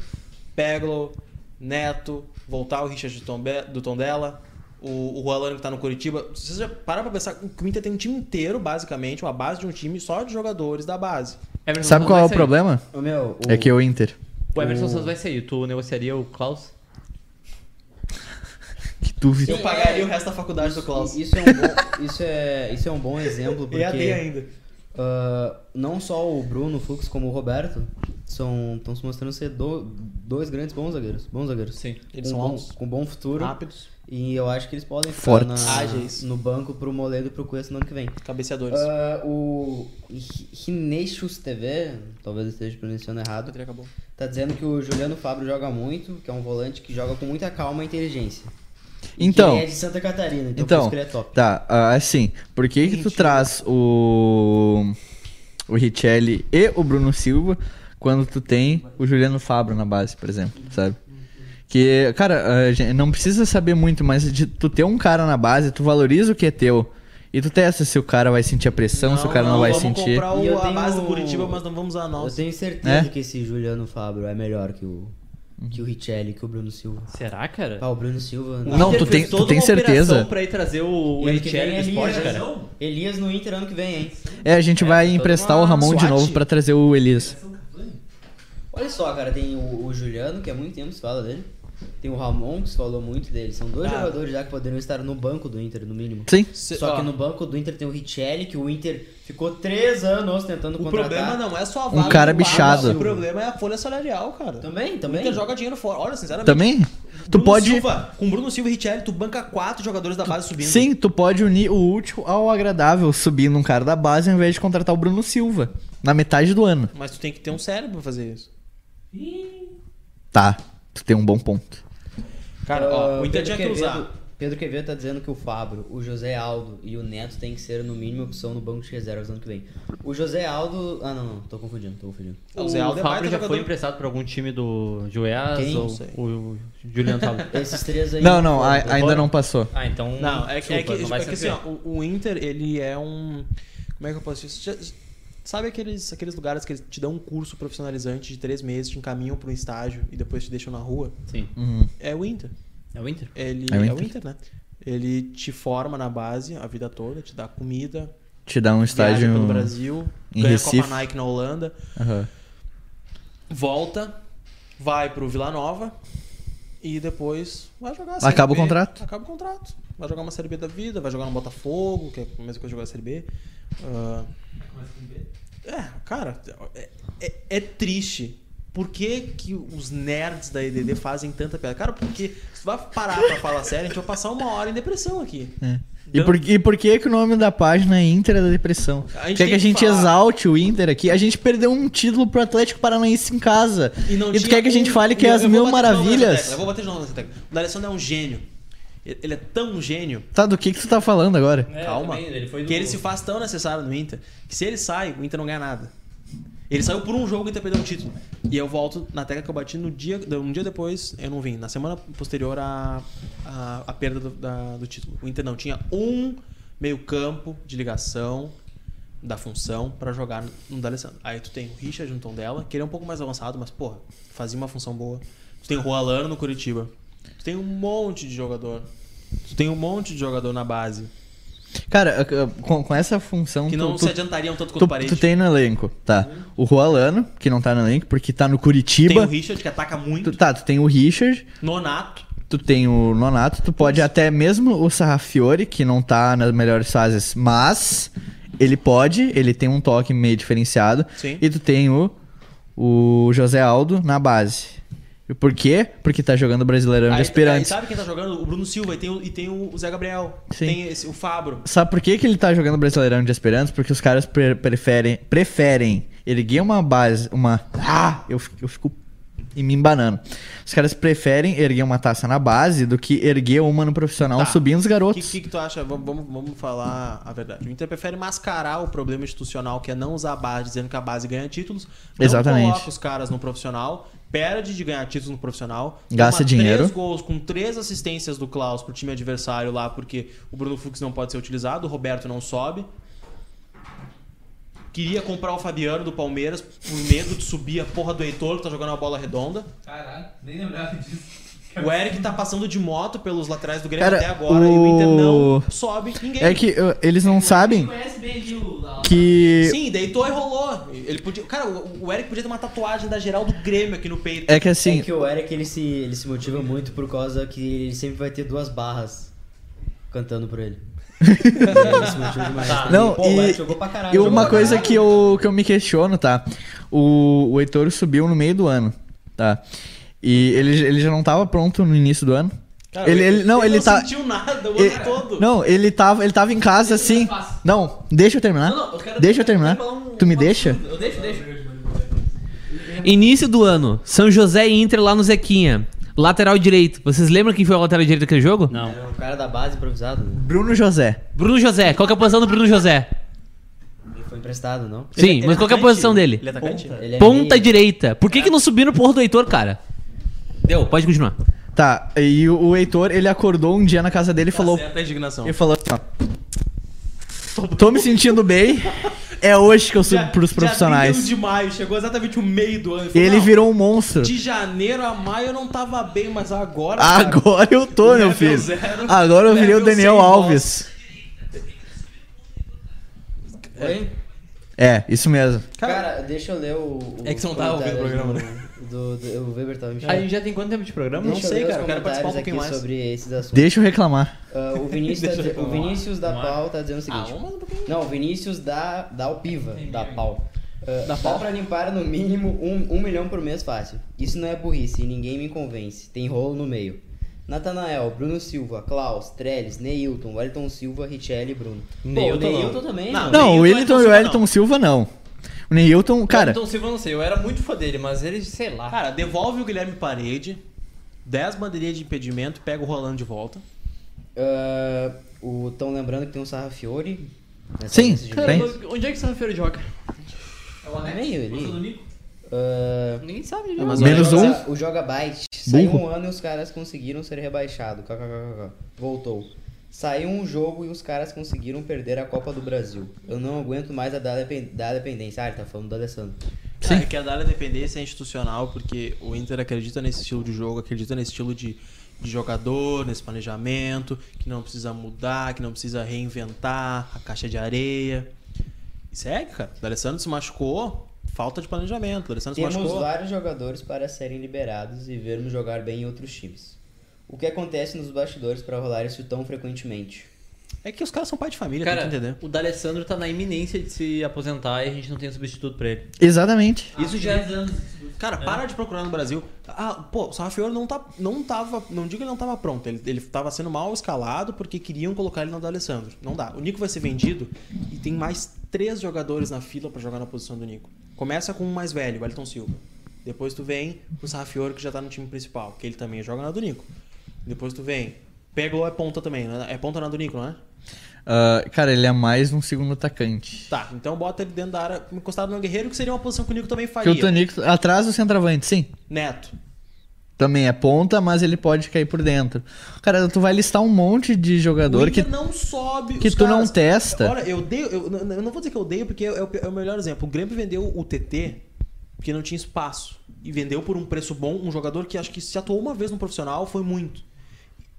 H: Peglo, Neto, voltar o Richard do, Tombe, do Tondela. O, o Juan Lano que tá no Curitiba. Vocês já pararam pra pensar que o Inter tem um time inteiro, basicamente, uma base de um time só de jogadores da base.
G: Emerson
D: Sabe
G: Santos
D: qual é
G: vai
D: o
G: sair.
D: problema?
C: Ô, meu, o-
D: É que é o Inter.
G: O Emerson Santos vai sair. Tu negociaria o Klaus?
D: Que dúvida.
H: Eu pagaria o resto da faculdade do Klaus.
C: Isso é um bom, isso é, isso é um bom exemplo porque
H: EAD ainda.
C: ah, não só o Bruno Fux como o Roberto são estão se mostrando ser do- dois grandes bons zagueiros, bons zagueiros.
G: Sim.
H: Eles
C: com
H: são Ah.
C: bom-
H: bons.
C: com bom futuro
H: Rápidos,
C: e eu acho que eles podem ficar
D: Fortes.
C: na,
H: Ágeis.
C: no banco pro Moledo e pro Cuesta no ano que vem.
H: Ah, cabeceadores.
C: Ah, o Rinechus TV, talvez eu esteja pronunciando
H: A
C: errado,
H: bateria acabou.
C: tá dizendo que o Juliano Fabro joga muito, que é um volante que joga com muita calma e inteligência. E
D: Então-
C: que ele é de Santa Catarina, então,
D: Então,
C: por isso que ele é top.
D: Tá, ah, assim, por que que tu traz o o Richelli e o Bruno Silva quando tu tem o Juliano Fabro na base, por exemplo, sabe? Que, cara, a gente não precisa saber muito, mas de tu ter um cara na base, tu valoriza o que é teu. E tu testa se o cara vai sentir a pressão, se o cara não, vai
H: vamos
D: sentir.
H: comprar o-
C: E eu
H: a
C: tenho-
H: base do Curitiba, mas não vamos usar a
C: Eu
H: nossa.
C: tenho certeza
D: É? Uhum.
C: que esse Juliano Fabro é melhor que o que o Richelli, que o Bruno Silva.
G: Será, cara?
C: Ah, o Bruno Silva.
D: Não, tu tem- tu tem certeza.
G: pra ir trazer o
C: E ano que vem
G: Richelli do esporte,
C: Elias.
G: cara.
C: Elias no Inter ano que vem, hein?
D: É, a gente vai emprestar o
H: uma
D: Ramon de
H: SWAT.
D: novo pra trazer o Elias.
C: Olha só, cara, tem o, o Juliano, que há muito tempo se fala dele. Tem o Ramon, que se falou muito dele. São dois
H: Ah.
C: jogadores já que poderiam estar no banco do Inter, no mínimo.
D: Sim.
H: Se-
C: Só que
H: ó,
C: no banco do Inter tem o Richelli, que o Inter ficou três anos tentando
H: O
C: contratar.
H: problema não é só a vaga
D: Um cara
H: do Barros,
D: bichado.
H: O problema é a folha salarial, cara.
C: Também,
H: O
C: também.
H: Inter joga dinheiro fora. Olha, sinceramente.
D: Também? Tu
H: Bruno
D: pode.
H: Silva, com Bruno Silva e Richelli, tu banca quatro jogadores da base subindo.
D: Sim, tu pode unir o útil ao agradável, subindo um cara da base ao invés de contratar o Bruno Silva na metade do ano.
H: Mas tu tem que ter um cérebro pra fazer isso.
D: Tá, tu tem um bom ponto.
H: Cara,
C: Ah,
H: ó, o Inter tinha que
C: Pedro Quevedo-
H: usar.
C: Pedro Quevedo tá dizendo que o Fabro, o José Aldo e o Neto têm que ser, no mínimo, opção no banco de reservas ano que vem. O José Aldo. Ah, não, não, tô confundindo, tô confundindo.
H: O
G: O,
H: Zé Aldo é
G: Fábio
H: baita
G: já foi
H: jogador.
G: emprestado pra algum time do Goiás
C: Quem?
G: ou
H: Não sei.
G: o Juliano Fábio.
C: Esses três aí.
H: um
D: Não, não, a-
C: foram, tá?
D: ainda não passou.
G: Ah, então.
H: Não, é que, é
G: desculpa,
H: que-
G: não vai
H: é que
G: ser
H: assim, ó, o, o Inter, ele é um. Como é que eu posso dizer? Já- Sabe aqueles, aqueles lugares que eles te dão um curso profissionalizante de três meses, te encaminham pra um estágio e depois te deixam na rua?
G: Sim.
D: Uhum.
H: É o Inter.
G: É o Inter.
H: Ele
D: É
H: é
D: o
H: o,
D: Inter.
H: Inter, né? Ele te forma na base a vida toda, te dá comida,
D: Te dá um
H: viaja
D: estágio.
H: pelo Brasil,
D: em
H: ganha a
D: Recife.
H: Copa Nike na Holanda,
D: Aham.
H: volta, vai pro Vila Nova e depois vai jogar a
D: Acaba o
H: B,
D: contrato.
H: Acaba o contrato. Vai jogar uma Série B da vida, vai jogar no Botafogo, que é a mesma coisa que jogar a Série B. Ah, é, cara, é, é- é triste. Por que, que os nerds da EDD fazem tanta piada? Cara, porque se tu vai parar pra falar sério, a gente vai passar uma hora em depressão aqui.
D: É.
H: Então-
D: E por, e por que, que o nome da página é Inter da Depressão?
H: A gente
D: Quer que
H: tem
D: a
H: que
D: gente
H: falar.
D: exalte o Inter aqui? A gente perdeu um título pro Atlético Paranaense em casa. E,
H: não
D: tu
H: tinha
D: quer que a gente
H: um-
D: fale que
H: Eu-
D: é
H: eu
D: as
H: vou
D: mil
H: bater de novo nessa tecla,
D: maravilhas?
H: né? Eu vou bater de novo nessa tecla. O D'Alessandro é um gênio. Ele ele é tão gênio,
D: Tá, do que, que tu tá falando agora?
H: calma,
G: É, ele foi
H: que ele se faz tão necessário no Inter, que se ele sai, o Inter não ganha nada. Ele saiu por um jogo e o Inter perdeu o título. E eu volto na tecla que eu bati no dia, um dia depois, eu não vim, na semana posterior à, à, à perda do, da- do título. O Inter não tinha um meio campo de ligação da função pra jogar no D'Alessandro. Aí tu tem o Richard no tom dela, que ele é um pouco mais avançado, mas porra, fazia uma função boa. Tu tem o Rolano no Curitiba. Tu tem um monte de jogador. Tu tem um monte de jogador na base
D: Cara, com, com essa função.
H: que
D: tu-
H: não
D: tu
H: se adiantariam tanto quanto
D: Tu,
H: o parede.
D: tu tem no elenco, tá. O Rualano, que não tá no elenco, porque tá no Curitiba.
H: Tem o Richard que ataca
D: Tu-
H: muito,
D: tá, tu tem o Richard,
H: Nonato.
D: tu tem o Nonato, tu pode até mesmo o Sarrafiore, que não tá nas melhores fases, mas ele pode, ele tem um toque meio diferenciado.
H: Sim.
D: E tu tem o, o José Aldo na base. E Por quê? Porque tá jogando Brasileirão de
H: Aí- aí
D: aspirantes.
H: sabe quem tá jogando? O Bruno Silva e tem o, e tem o Zé Gabriel.
D: Sim.
H: Tem esse- o Fabro.
D: Sabe por que, que ele tá jogando Brasileirão de aspirantes? Porque os caras pre- preferem, preferem erguer uma base, uma. Ah! Eu, fico- eu fico e me embanando. Os caras preferem erguer uma taça na base do que erguer uma no profissional
H: Tá.
D: subindo os
H: O
D: garotos.
H: que, que, que tu acha? Vamos, vamos, vamos falar a verdade. O Inter prefere mascarar o problema institucional, que é não usar a base, dizendo que a base ganha títulos. Não
D: Exatamente.
H: coloca os caras no profissional, perde de ganhar títulos no profissional.
D: Gasta
H: toma
D: dinheiro.
H: Três gols com três assistências do Klaus pro time adversário lá, porque o Bruno Fux não pode ser utilizado, o Roberto não sobe. Queria comprar o Fabiano do Palmeiras por medo de subir a porra do Heitor, que tá jogando uma bola redonda.
J: Caralho, nem lembrava disso.
H: O Eric tá passando de moto pelos laterais do Grêmio
D: Cara,
H: até agora e o Inter não sobe ninguém.
D: É que uh, eles não sabem
J: Conhece bem ali o... a-
D: que.
H: Sim, deitou e rolou. Ele podia. Cara, o o Eric podia ter uma tatuagem da geral do Grêmio aqui no peito.
D: É que assim.
C: É que o Eric ele se, ele se motiva muito por causa que ele sempre vai ter duas barras cantando por ele. ele se motiva demais.
H: Tá.
C: né?
D: Não,
C: Pô, o
D: e-
C: Eric jogou pra caralho.
D: E
C: jogou
H: né?
D: uma
C: pra
D: coisa
C: caralho.
D: que eu, que eu me questiono, tá? O, o Heitor subiu no meio do ano, tá? E ele, ele já não tava pronto no início do ano.
H: Cara,
D: ele, ele- não, ele, tá.
H: sentiu nada o ano
D: ele-
H: todo.
D: Não, ele tava, ele tava em casa assim. Não, deixa eu terminar.
J: Não, não, quero-
D: Deixa eu terminar.
J: quero falar um-
D: Tu me
J: um
D: deixa?
J: absurdo. Eu deixo, deixo.
B: Início do ano, São José e Inter lá no Zequinha. Lateral direito. Vocês lembram quem foi o lateral direito daquele jogo?
G: Não.
C: O cara é da base improvisado. né?
D: Bruno José.
B: Bruno José. Qual que é a posição do Bruno José?
C: Ele foi emprestado, não?
B: Sim, mas qual que é a posição dele?
H: Ele é atacante?
C: Ele é
B: Ponta
C: meio-
B: direita. Por que, que não subiram o porra do Heitor, cara? Deu, pode continuar.
D: Tá, e o, o Heitor, ele acordou um dia na casa dele e falou.
H: Certa a indignação.
D: Ele falou assim, ó. Tô me sentindo bem. É hoje que eu subo pros
H: Dia 31
D: profissionais.
H: de maio, chegou exatamente o meio do ano. falou,
D: Ele
H: "Não,
D: virou um monstro.
H: De janeiro a maio eu não tava bem, mas agora. cara,
D: Agora eu tô, meu
H: level
D: filho.
H: zero,
D: Agora eu virei o
H: level
D: Daniel
H: sem
D: Alves.
C: Oi?
D: É, isso mesmo.
C: Cara, deixa eu ler o. o
H: É que você não tava ouvindo o
C: comentário
H: programa, né?
C: do- Do, do- o Weber tava me
G: A
C: chamando.
G: gente já tem quanto tempo de programa?
H: não
C: Deixa
H: sei,
C: ler os
H: cara, eu quero participar um
C: comentários
H: pouquinho
C: aqui
H: mais.
C: sobre esses assuntos.
D: Deixa eu reclamar.
C: Ah, o, Vinícius tá,
H: Deixa eu
C: diz- o Vinícius da Pau tá dizendo o
H: Ah,
C: seguinte.
H: vamos um pouquinho.
C: Não, o Vinícius da, da Alpiva, da Pau. Ah, dá pra limpar no mínimo um, um milhão por mês fácil. Isso não é burrice, e ninguém me convence. Tem rolo no meio. Natanael, Bruno Silva, Klaus, Trellis, Neilton, Wellington Silva, Richelli e Bruno. Pô,
G: Neilton não.
C: o Neilton também,
H: Não,
C: mano.
D: Não, o
H: Neilton
D: Wellington e
H: e
D: o
H: Silva não.
D: Wellington Silva não. O Neilton, cara,
G: Então, Silva, eu não sei. Eu era muito fã dele, mas ele, sei lá.
H: Cara, devolve o Guilherme Parede. 10 bandeirinhas de impedimento, pega o Rolando de volta.
C: Ah, o Estão lembrando que tem um Sarrafiore. nessa
D: Sim,
C: lista de
D: Cara, tem.
C: nomes.
G: onde é que o Feira joga?
J: É o Alex?
C: Meio ali.
J: Gostou do Nico?
C: Ah,
G: Ninguém sabe.
H: Mas o
D: menos
C: Joga-
D: um.
C: O Joga Byte. Saiu
D: Burro.
C: um ano e os caras conseguiram ser rebaixados. KKKK. Voltou. Saiu um jogo e os caras conseguiram perder a Copa do Brasil. Eu não aguento mais a da, depen- da dependência. Ah, ele tá falando do Alessandro.
H: Sim. é que a Dália Dependência é institucional, porque o Inter acredita nesse estilo de jogo, acredita nesse estilo de, de jogador, nesse planejamento, que não precisa mudar, que não precisa reinventar a caixa de areia. E segue, cara. O Alessandro se machucou, falta de planejamento. O Alessandro se
C: Temos
H: machucou.
C: vários jogadores para serem liberados e vermos jogar bem em outros times. O que acontece nos bastidores para rolar isso tão frequentemente?
H: É que os caras são pai de família,
G: Cara,
H: tem que entender.
G: o D'Alessandro tá na iminência de se aposentar e a gente não tem um substituto pra ele.
D: exatamente.
B: Ah,
G: Isso já é...
H: Cara, para de procurar no Brasil. Ah, pô, o Sarrafiori não, tá, não tava. Não digo que ele não tava pronto. Ele, ele tava sendo mal escalado porque queriam colocar ele no D'Alessandro. Não dá. O Nico vai ser vendido e tem mais três jogadores na fila pra jogar na posição do Nico. Começa com o mais velho, o Elton Silva. Depois tu vem o Sarrafiori, que já tá no time principal, que ele também joga na do Nico. Depois tu vem. Pegou é ponta também, né? É ponta na do Nico, não é?
D: Ah, cara, ele é mais um segundo atacante.
H: Tá, então bota ele dentro da área, encostado no Guerreiro, que seria uma posição que o Nico também
D: Porque
H: faria.
D: o Tonico atrás do centroavante, sim.
H: Neto.
D: Também é ponta, mas ele pode cair por dentro. Cara, tu vai listar um monte de jogador
H: O Inter
D: que.
H: não sobe
D: que
H: os
D: tu não
H: caras.
D: testa.
H: Olha, eu odeio. Eu, n- eu não vou dizer que eu odeio, porque é o, é o melhor exemplo. O Grêmio vendeu o TT porque não tinha espaço. E vendeu por um preço bom um jogador que acho que se atuou uma vez no profissional foi muito.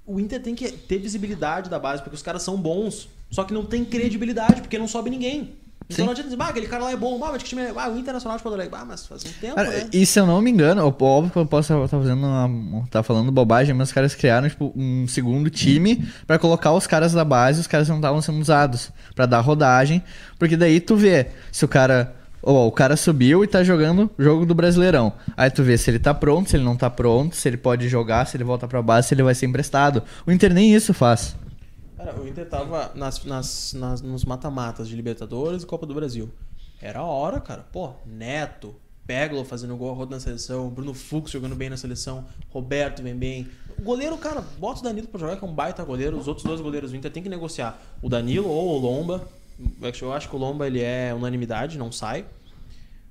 H: O Inter tem que ter visibilidade da base, porque os caras são bons. Só que não tem credibilidade, porque não sobe ninguém. Então
D: Sim.
H: não adianta dizer, bah, aquele cara lá é bom, bah, mas que time é. Ah, o Internacional de Porto Alegre, bah, mas faz um tempo,
D: Cara,
H: né?
D: e se eu não me engano, ó- óbvio que eu posso estar fazendo uma, tá falando bobagem, mas os caras criaram tipo, um segundo time pra colocar os caras da base, os caras não estavam sendo usados pra dar rodagem, porque daí tu vê se o cara, ó, o cara subiu e tá jogando o jogo do Brasileirão. Aí tu vê se ele tá pronto, se ele não tá pronto, se ele pode jogar, se ele volta pra base, se ele vai ser emprestado. O Inter nem isso faz.
H: Cara, o Inter tava nas, nas, nas- nos mata-matas de Libertadores e Copa do Brasil. Era a hora, cara. Pô, Neto, Peglo fazendo gol a roda na seleção, Bruno Fux jogando bem na seleção, Roberto vem bem. O goleiro, cara, bota o Danilo pra jogar, que é um baita goleiro. Os outros dois goleiros do Inter tem que negociar. O Danilo ou o Lomba. Eu acho que o Lomba ele é unanimidade, não sai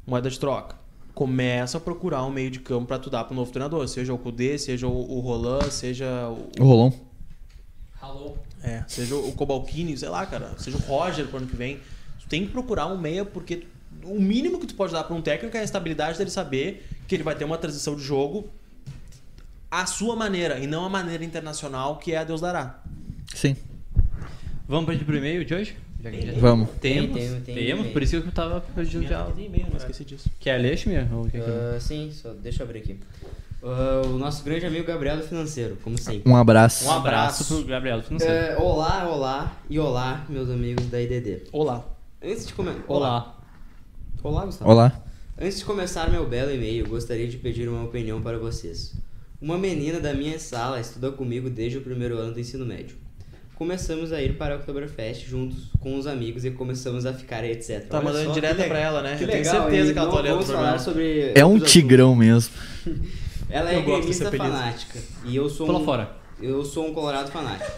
H: moeda de troca. Começa a procurar um meio de campo pra tu dar pro novo treinador, seja o Kudê, seja o, o Roland, seja o.
D: O Rolon.
J: Alô?
H: É, seja o Cobalcini, sei lá, cara, seja o Roger pro ano que vem. Tu tem que procurar um meia, porque tu- o mínimo que tu pode dar pra um técnico é a estabilidade dele saber que ele vai ter uma transição de jogo à sua maneira, e não a maneira internacional que é a Deus dará.
D: Sim.
A: Vamos pedir pro e-mail de hoje? Já que já-
D: Vamos.
A: Temos,
C: Tem, tem, tem
A: temos,
C: e-mail.
A: por isso que eu tava pedindo já.
C: né?
H: esqueci disso.
A: Quer ler, Shmir? Ou quer que eu-
C: Ah, sim, só deixa eu abrir aqui. Ah, o nosso grande amigo Gabriel do Financeiro, como sempre.
D: Um abraço.
A: Um abraço pro Gabriel, não sei.
C: É, olá, olá e olá, meus amigos da IDD.
H: Olá.
C: Antes de começar. Olá. Olá, Gustavo.
D: Olá.
C: Antes de começar meu belo e-mail, gostaria de pedir uma opinião para vocês. Uma menina da minha sala estuda comigo desde o primeiro ano do ensino médio. Começamos a ir para a Oktoberfest juntos com os amigos e começamos a ficar etc.
H: Tá
C: Olha
H: mandando
C: só,
H: direta
C: que
H: pra
C: legal.
H: ela, né?
C: Que
H: Eu tenho
C: legal,
H: certeza
C: e
H: que ela tá
C: não
H: olhando o
C: vamos falar
H: programa.
C: sobre
D: É um
C: outros
D: tigrão mesmo.
C: Ela
H: Eu
C: é
H: gosto desse
C: gremista
H: apelido.
C: fanática. E eu sou
A: Pula
C: um.
A: fora.
C: Eu sou um colorado fanático.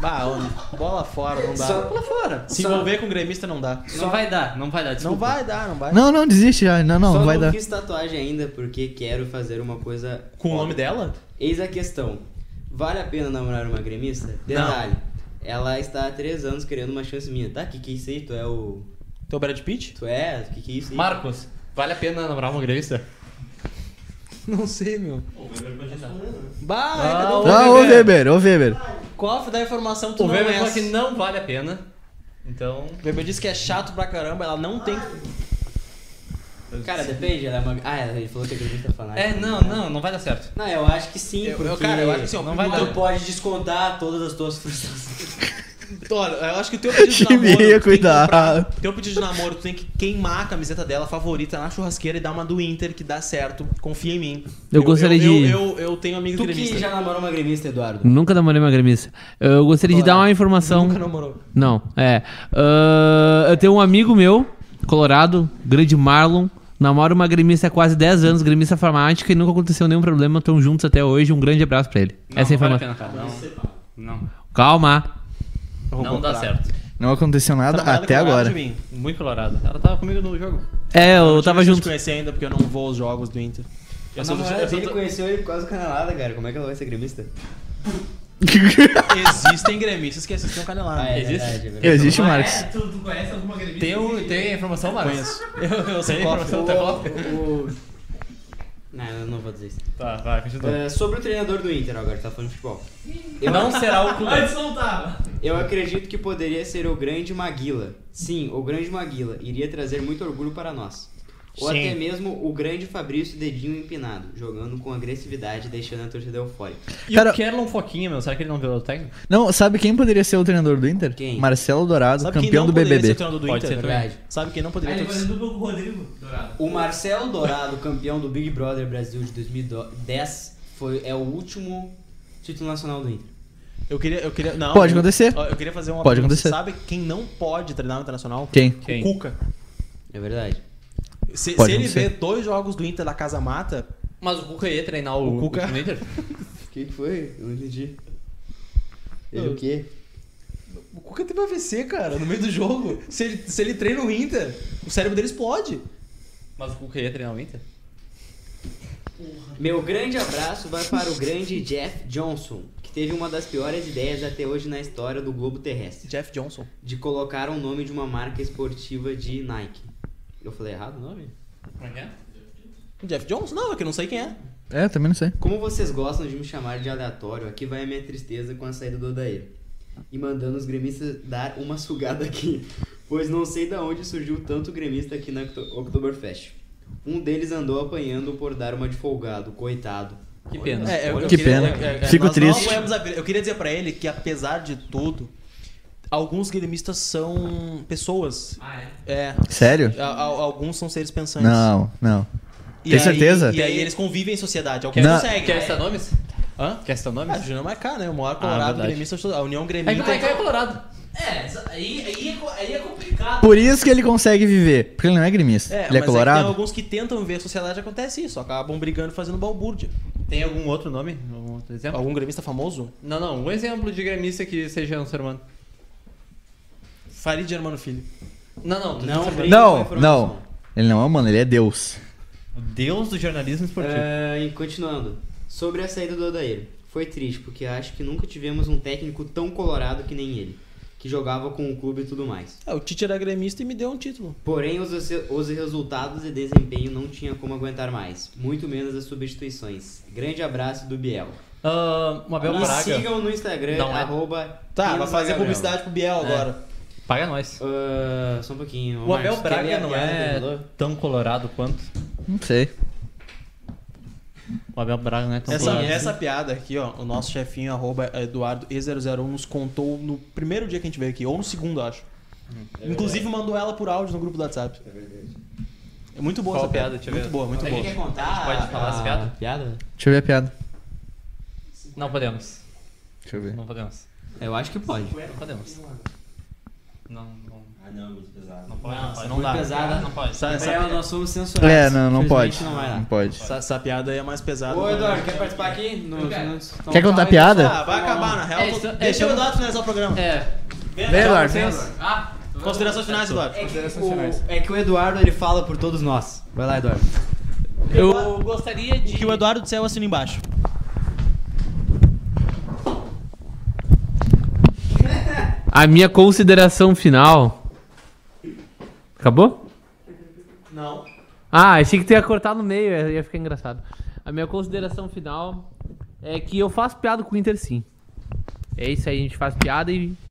H: Bah, ó, bola fora, não dá.
C: Só pula fora.
H: Se
C: Só-
H: envolver com gremista não dá.
A: Não vai dar, não vai dar,
H: Não
A: desculpa.
H: vai dar, não vai.
D: Não, não, desiste já. Não, não,
C: só
D: vai
C: não
D: dar.
C: fiz tatuagem ainda porque quero fazer uma coisa.
H: Com o nome dela?
C: Eis a questão. Vale a pena namorar uma gremista? Detalhe. Ela está há três anos querendo uma chance minha. Tá, que que é isso aí? Tu é o.
H: Teu Brad Pitt?
C: Tu é? Que que é isso aí?
A: Marcos, vale a pena namorar uma grevista?
H: Não sei, meu. Bah, é, ainda não.
D: Ah, ô Weber, ô Weber.
H: Cofre da informação tu
A: O
H: não
A: Weber
H: é.
A: falou que não vale a pena. Então.
H: O Weber disse que é chato pra caramba, ela não tem.
C: Cara, depende. Ela é uma. Ah, ele falou que é gremista fanática.
A: É, não, não, não vai dar certo.
C: Não, eu acho que sim,
H: Eu- eu-
C: porque
H: cara, eu acho que sim, ó,
C: não
H: não
C: vai
H: vai
C: tu
H: dar.
C: pode descontar todas as tuas frustrações.
H: Olha, eu acho que o teu pedido de
D: Chimia,
H: namoro. tu tem que
D: cuidado.
H: comprar- Teu pedido de namoro, tu tem que queimar a camiseta dela, favorita, na churrasqueira e dar uma do Inter, que dá certo. Confia em mim.
B: Eu gostaria
H: eu,
B: de-
H: Eu, eu, eu tenho amigos
C: Tu que
H: gremistas.
C: já namorou uma gremista, Eduardo.
B: Nunca namorei uma gremista. Eu gostaria de dar uma informação.
H: Nunca namorou.
B: Não, é. Ah, eu tenho um amigo meu, colorado, grande Marlon. Namora uma gremista há quase 10 anos, gremista farmática, e nunca aconteceu nenhum problema. Estão juntos até hoje. Um grande abraço pra ele. Essa é a
A: não vale a
B: informação.
A: pena, cara. Não, não,
B: Calma.
A: não dá certo.
D: Não aconteceu nada
H: Trabalhado
D: até
H: com nada
D: Tá agora.
H: Tá de mim.
A: Muito colorado. Ela tava comigo no jogo.
B: É, eu tava
H: Difícil de
B: junto.
H: conhecer ainda, porque eu não vou aos jogos do Inter.
C: A
A: Eu sou do-
C: namorada
A: eu sou
C: dele
A: do-
C: conheceu ele por causa do canelada, cara. Como é que ela vai ser gremista?
H: Existem gremistas que assistem o Canelada.
C: é
A: existe?
C: verdade, é verdade.
D: Existe o Marcos.
J: É, tu, tu conhece alguma gremista?
A: Tem, o- tem a informação, Marcos?
H: Eu, eu sei.
A: Tem a informação da Copa?
C: O- o- Não, eu não vou dizer isso.
A: Tá, vai, continua.
C: É, sobre o treinador do Inter agora, tá falando de futebol. Eu,
A: Não será o clube.
J: Antes não tava.
C: eu acredito que poderia ser o grande Maguila. Sim, o grande Maguila. Iria trazer muito orgulho para nós. Ou
H: Sim.
C: até mesmo o grande Fabrício Dedinho Empinado, jogando com agressividade, deixando a torcida eufórica.
A: E
D: Cara-
A: o Kerlon Foquinha, meu, será que ele não virou técnico?
D: Não, sabe quem poderia ser o treinador do Inter?
C: Quem?
D: Marcelo Dourado,
H: Sabe quem
D: campeão
H: não
D: do
H: poderia ser
D: BBB.
H: treinador do
A: Pode
H: Inter?
A: ser
C: Verdade.
H: Sabe quem não
J: Aí
H: poderia
J: ele fazendo
H: ter...
J: dupla com o Rodrigo Dourado.
C: O Marcelo Dourado, campeão do Big Brother Brasil de 2010, foi, é o último título nacional do Inter.
H: Eu queria, eu queria... Não,
D: Pode
H: eu-
D: acontecer.
H: Eu queria fazer uma...
D: Pode acontecer.
H: Sabe quem não pode treinar no Internacional?
D: Quem?
A: Quem?
H: O Cuca.
C: É verdade.
H: Se,
D: Pode
H: se ele
D: acontecer.
H: vê dois jogos do Inter da Casa Mata,
A: Mas o Cuca ia treinar Ah, o,
H: O Cuca.
A: o time do Inter?
C: O que que foi? Eu não entendi.
H: Ele o
C: quê?
H: o Cuca teve AVC, cara, no meio do jogo. Se ele, se ele treina o Inter, o cérebro dele explode.
A: Mas o Cuca ia treinar o Inter?
C: Meu grande abraço vai para o grande Jeff Johnson, que teve uma das piores ideias até hoje na história do globo terrestre,
H: Jeff Johnson.
C: de colocar o nome de uma marca esportiva de Nike. Eu falei errado o nome?
A: Como é que é?
H: Jeff Johnson? Não, é que eu não sei quem é.
D: É, também não sei.
C: Como vocês gostam de me chamar de aleatório, aqui vai a minha tristeza com a saída do Odair. E mandando os gremistas dar uma sugada aqui, pois não sei da onde surgiu tanto gremista aqui na Octo- Oktoberfest. Um deles andou apanhando por dar uma de folgado, coitado.
A: Que pena.
H: É, eu- eu
D: Que
H: queria-
D: pena.
H: é, é,
D: Fico
H: nós não
D: triste.
H: apoiamos a Vila. eu queria dizer pra ele que, apesar de tudo, alguns gremistas são pessoas.
J: Ah, é?
H: É.
D: Sério?
H: A- a- alguns são seres pensantes.
D: Não, não.
H: E
D: Tem
H: aí-
D: certeza?
H: E aí eles convivem em sociedade. é Alguns
D: Não.
H: conseguem.
A: Quer citar nomes?
H: Hã?
A: Quer citar
H: Ah,
A: nomes?
H: Júnior Marcá,
D: Ah,
H: né? O maior colorado
A: verdade.
H: gremista. A União
A: É que
H: Gremista.
A: o Maicá é colorado.
J: É, essa- aí, aí, é co- aí é complicado.
D: Por isso que ele consegue viver. Porque ele não é gremista. ele é
H: mas
D: colorado.
H: tem alguns que tentam ver a sociedade acontece isso, acabam brigando e fazendo balbúrdia.
A: Tem algum outro nome? Algum outro exemplo?
H: É. Algum gremista famoso?
A: Não, não. Um exemplo de gremista que seja um ser humano.
H: Farid Germano Filho.
A: Não, não. tu
C: Não,
A: disse-
C: brinca com a
D: Não,
C: informação.
D: não. Ele não é humano, ele é Deus.
A: O Deus do jornalismo esportivo.
C: É, e continuando. Sobre a saída do Odair. Foi triste, porque acho que nunca tivemos um técnico tão colorado que nem ele, que jogava com o clube e tudo mais.
H: É, o Tite era gremista e me deu um título.
C: Porém, os, os resultados e desempenho não tinha como aguentar mais, muito menos as substituições. Grande abraço do Biel.
A: Ah, uma bela
C: Me
A: Braga.
C: sigam no Instagram,
A: Não é.
C: arroba
H: Tá,
C: Pino
H: vai fazer
C: Gabriel.
H: publicidade pro Biel agora.
A: Paga nós.
C: Ah, só um pouquinho. Ô,
A: O Abel
C: Marcos, quer ler
A: Braga
C: a
A: não
C: piada
A: é
C: que ele falou?
A: tão colorado quanto.
D: Não sei.
A: O Abel Braga não é tão
H: Essa,
A: colorado.
H: essa piada aqui, ó, o nosso chefinho, arroba Eduardo E001, nos contou no primeiro dia que a gente veio aqui, ou no segundo, acho. Inclusive mandou ela por áudio no grupo do WhatsApp. É verdade. É muito boa
A: Qual
H: essa
A: piada?
H: piada.
A: Deixa eu
H: muito
A: ver.
H: boa, muito
C: Alguém
H: boa.
C: quer contar?
A: pode falar
C: a-
A: essa piada?
C: a piada?
D: Deixa eu ver a piada.
A: Não podemos.
D: Deixa eu ver.
A: Não podemos.
C: Eu acho que pode.
A: Não podemos. Não, não.
J: Ah, não, muito pesado.
A: Não é pode, não, pode.
C: muito pesada.
A: Não pode.
H: Essa, essa-
C: Gabriel, nós somos censurados.
D: Tá, É, não, não
C: Infelizmente,
D: pode.
C: Não vai
D: Não
C: lá.
D: pode.
H: essa- essa piada aí é mais pesada.
C: Ô,
H: mas-
C: Eduardo, quer participar aqui? No-
J: quero.
C: no- então,
D: Quer contar
C: tchau,
D: a piada?
H: Ah, vai acabar, na real.
A: É,
H: Tô-
A: isso-
H: Deixa
A: é,
H: o
A: eu-
H: Eduardo finalizar o programa.
A: É.
D: Vem, Eduardo.
J: Ah,
H: Considerações finais, Eduardo.
C: É que, o, é que o Eduardo ele fala por todos nós. Vai lá, Eduardo.
B: Eu gostaria de.
H: Que o Eduardo disser, eu assino embaixo.
B: A minha consideração final. Acabou?
H: Não.
B: Ah, achei que tu ia cortar no meio, ia ia ficar engraçado. A minha consideração final é que eu faço piada com o Inter sim. É isso aí, a gente faz piada e